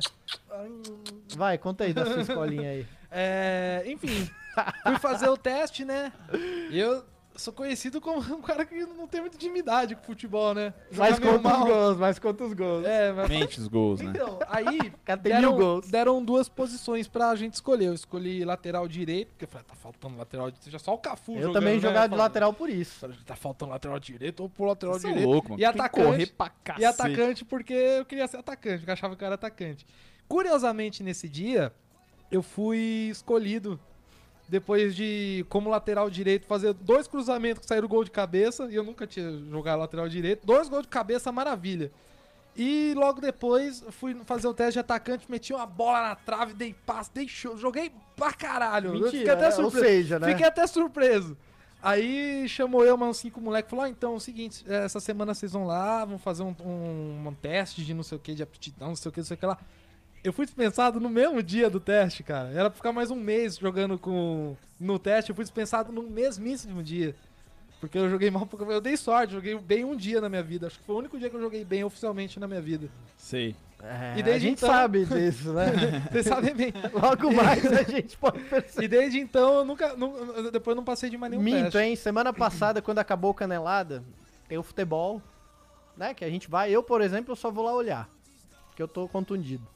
S2: Vai, conta aí da sua escolinha aí.
S1: É, enfim, fui fazer o teste, né? E eu sou conhecido como um cara que não tem muita intimidade com futebol, né?
S2: Mas
S1: Jogar meio
S2: conta os
S1: mal.
S2: gols, mas conta os gols.
S1: É, mas...
S3: Mente os gols, né?
S1: Então, aí
S2: cara tem mil
S1: deram,
S2: gols.
S1: deram duas posições pra gente escolher. Eu escolhi lateral direito, porque eu falei, tá faltando lateral direito. Já só o Cafu
S2: Eu
S1: jogando,
S2: também
S1: né?
S2: jogava de
S1: Falei,
S2: lateral por isso.
S1: Tá faltando lateral direito, ou pro lateral
S3: Você é
S1: direito.
S3: louco, mano.
S1: E
S3: Tem que
S1: atacante.
S3: correr pra cacete.
S1: E atacante porque eu queria ser atacante, porque eu achava que eu era atacante. Curiosamente, nesse dia, eu fui escolhido depois de, como lateral direito, fazer dois cruzamentos que saíram gol de cabeça, e eu nunca tinha jogado lateral direito. Dois gols de cabeça, maravilha. E logo depois fui fazer o teste de atacante, meti uma bola na trave, dei passe, dei show, joguei pra caralho. eu fiquei até
S2: né? Ou
S1: surpreso.
S2: seja, né?
S1: Fiquei até surpreso. Aí chamou eu, mais uns cinco moleques, falou: ah, então, é o seguinte, eh, essa semana vocês vão lá, vão fazer um, um- um teste de não sei o que, de aptidão, não sei o que, não sei o que lá. Eu fui dispensado no mesmo dia do teste, cara. Era pra ficar mais um mês jogando com no teste, eu fui dispensado no mesmíssimo dia. Porque eu joguei mal, porque eu dei sorte, joguei bem um dia na minha vida. Acho que foi o único dia que eu joguei bem oficialmente na minha vida.
S3: Sei.
S2: É,
S1: E desde
S2: a gente
S1: então-
S2: sabe disso, né?
S1: Vocês sabem bem.
S2: Logo mais a gente pode perceber.
S1: E desde então, eu nunca, nu- depois eu não passei de mais nenhum
S2: Minto,
S1: teste.
S2: hein? Semana passada, quando acabou o Canelada, tem o futebol, né? Que a gente vai. Eu, por exemplo, eu só vou lá olhar. Porque eu tô contundido.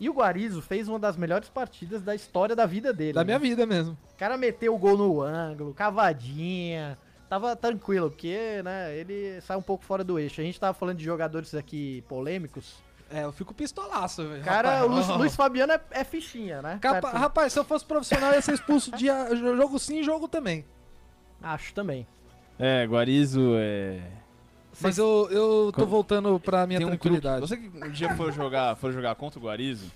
S2: E o Guarizo fez uma das melhores partidas da história da vida dele.
S1: Da
S2: né?
S1: minha vida mesmo.
S2: O cara meteu o gol no ângulo, cavadinha. Tava tranquilo, porque, né, ele sai um pouco fora do eixo. A gente tava falando de jogadores aqui polêmicos.
S1: É, eu fico pistolaço, velho.
S2: O cara,
S1: Rapaz,
S2: o Luiz,
S1: ó.
S2: Luiz Fabiano é, é fichinha, né?
S1: Capa-
S2: Certo?
S1: rapaz, se eu fosse profissional, ia ser expulso de a- jo- jogo sim, jogo também.
S2: Acho também.
S3: É, Guarizo é.
S1: Mas eu, eu tô
S3: Quando-
S1: voltando pra minha
S3: tem um
S1: tranquilidade.
S3: truque. Você que um dia for jogar, for jogar contra o Guarizo,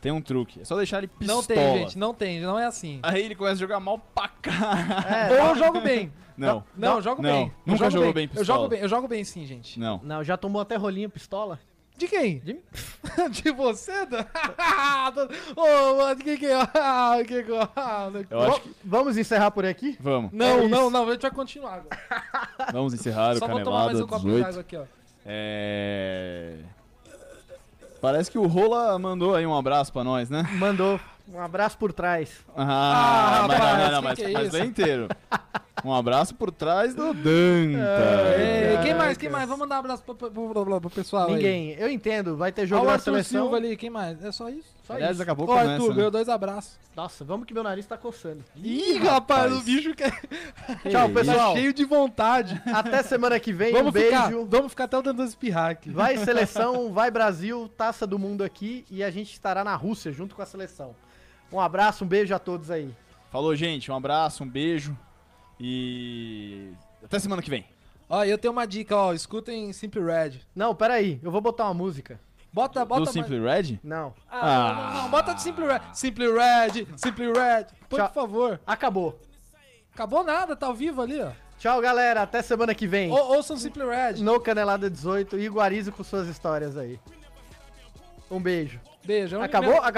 S3: tem um truque. É só deixar ele pistola.
S1: Não tem, gente, não tem, não é assim.
S3: Aí ele começa a jogar mal pra cá.
S1: Ou
S2: É,
S1: eu jogo bem.
S3: Não.
S1: Não, eu jogo
S3: Não.
S1: bem. Eu
S3: Nunca
S1: jogo
S3: jogou bem
S1: Eu
S3: pistola.
S1: jogo bem, eu jogo bem sim, gente.
S3: Não.
S2: não, já tomou até rolinha pistola?
S1: De quem?
S2: De mim.
S1: De você? Dan? Ô, mano, de quem que é? Ah, que que é? Ah,
S3: Eu acho que.
S2: Va- Vamos encerrar por aqui?
S3: Vamos.
S1: Não,
S2: É
S1: não,
S2: isso.
S1: não, a gente vai continuar agora.
S3: Vamos encerrar o
S1: Só vou tomar mais
S3: Canelada
S1: um copinho
S3: 18.
S1: d'água aqui, ó.
S3: É. Parece que o Rola mandou aí um abraço pra nós, né?
S2: Mandou. Um abraço por trás.
S3: Ah,
S1: Ah,
S3: mas,
S1: rapaz,
S3: não, não,
S1: que
S3: mas,
S1: que é
S3: mas
S1: isso?
S3: vem inteiro. Um abraço por trás do
S1: Ei,
S3: Danta.
S1: quem mais, quem mais? Vamos mandar um abraço pro, pro- pro- pro- pro pessoal aí.
S2: Ninguém. Eu entendo, vai ter
S1: Ó,
S2: jogo
S1: o
S2: da
S1: Arthur
S2: seleção.
S1: Silva ali, quem mais? É só isso?
S2: Só
S3: Aliás,
S2: isso.
S3: daqui a pouco
S1: Ô,
S3: começa,
S1: Arthur,
S3: né?
S1: ganhou dois abraços.
S2: Nossa, vamos que meu nariz tá coçando.
S1: Ih, rapaz,
S3: rapaz.
S1: o bicho que é
S2: Tchau, pessoal.
S1: cheio de vontade.
S2: Até semana que vem. um
S1: Vamos
S2: beijo.
S1: ficar, vamos ficar até o Dantas espirrar aqui.
S2: Vai seleção, vai Brasil, taça do mundo aqui e a gente estará na Rússia junto com a seleção. Um abraço, um beijo a todos aí.
S3: Falou, gente. Um abraço, um beijo. E. Até semana que vem.
S1: Ó, e eu tenho uma dica, ó, escutem Simple Red.
S2: Não, peraí, eu vou botar uma música.
S1: Bota, bota
S3: Do
S1: mais-
S3: Simply Red?
S2: Não,
S1: Ah,
S3: Ah.
S1: Não, não, não, bota de Simple Red. Simple Red, Simple Red. Pô,
S2: Tchau.
S1: por favor.
S2: acabou.
S1: Acabou nada, tá ao vivo ali, ó.
S2: Tchau, galera, até semana que vem.
S1: Ou, ouçam Simple Red.
S2: No Canelada 18 e Guarizo com suas histórias aí. Um beijo.
S1: Beijo. é a única-
S2: Então, Acabou? Acabou.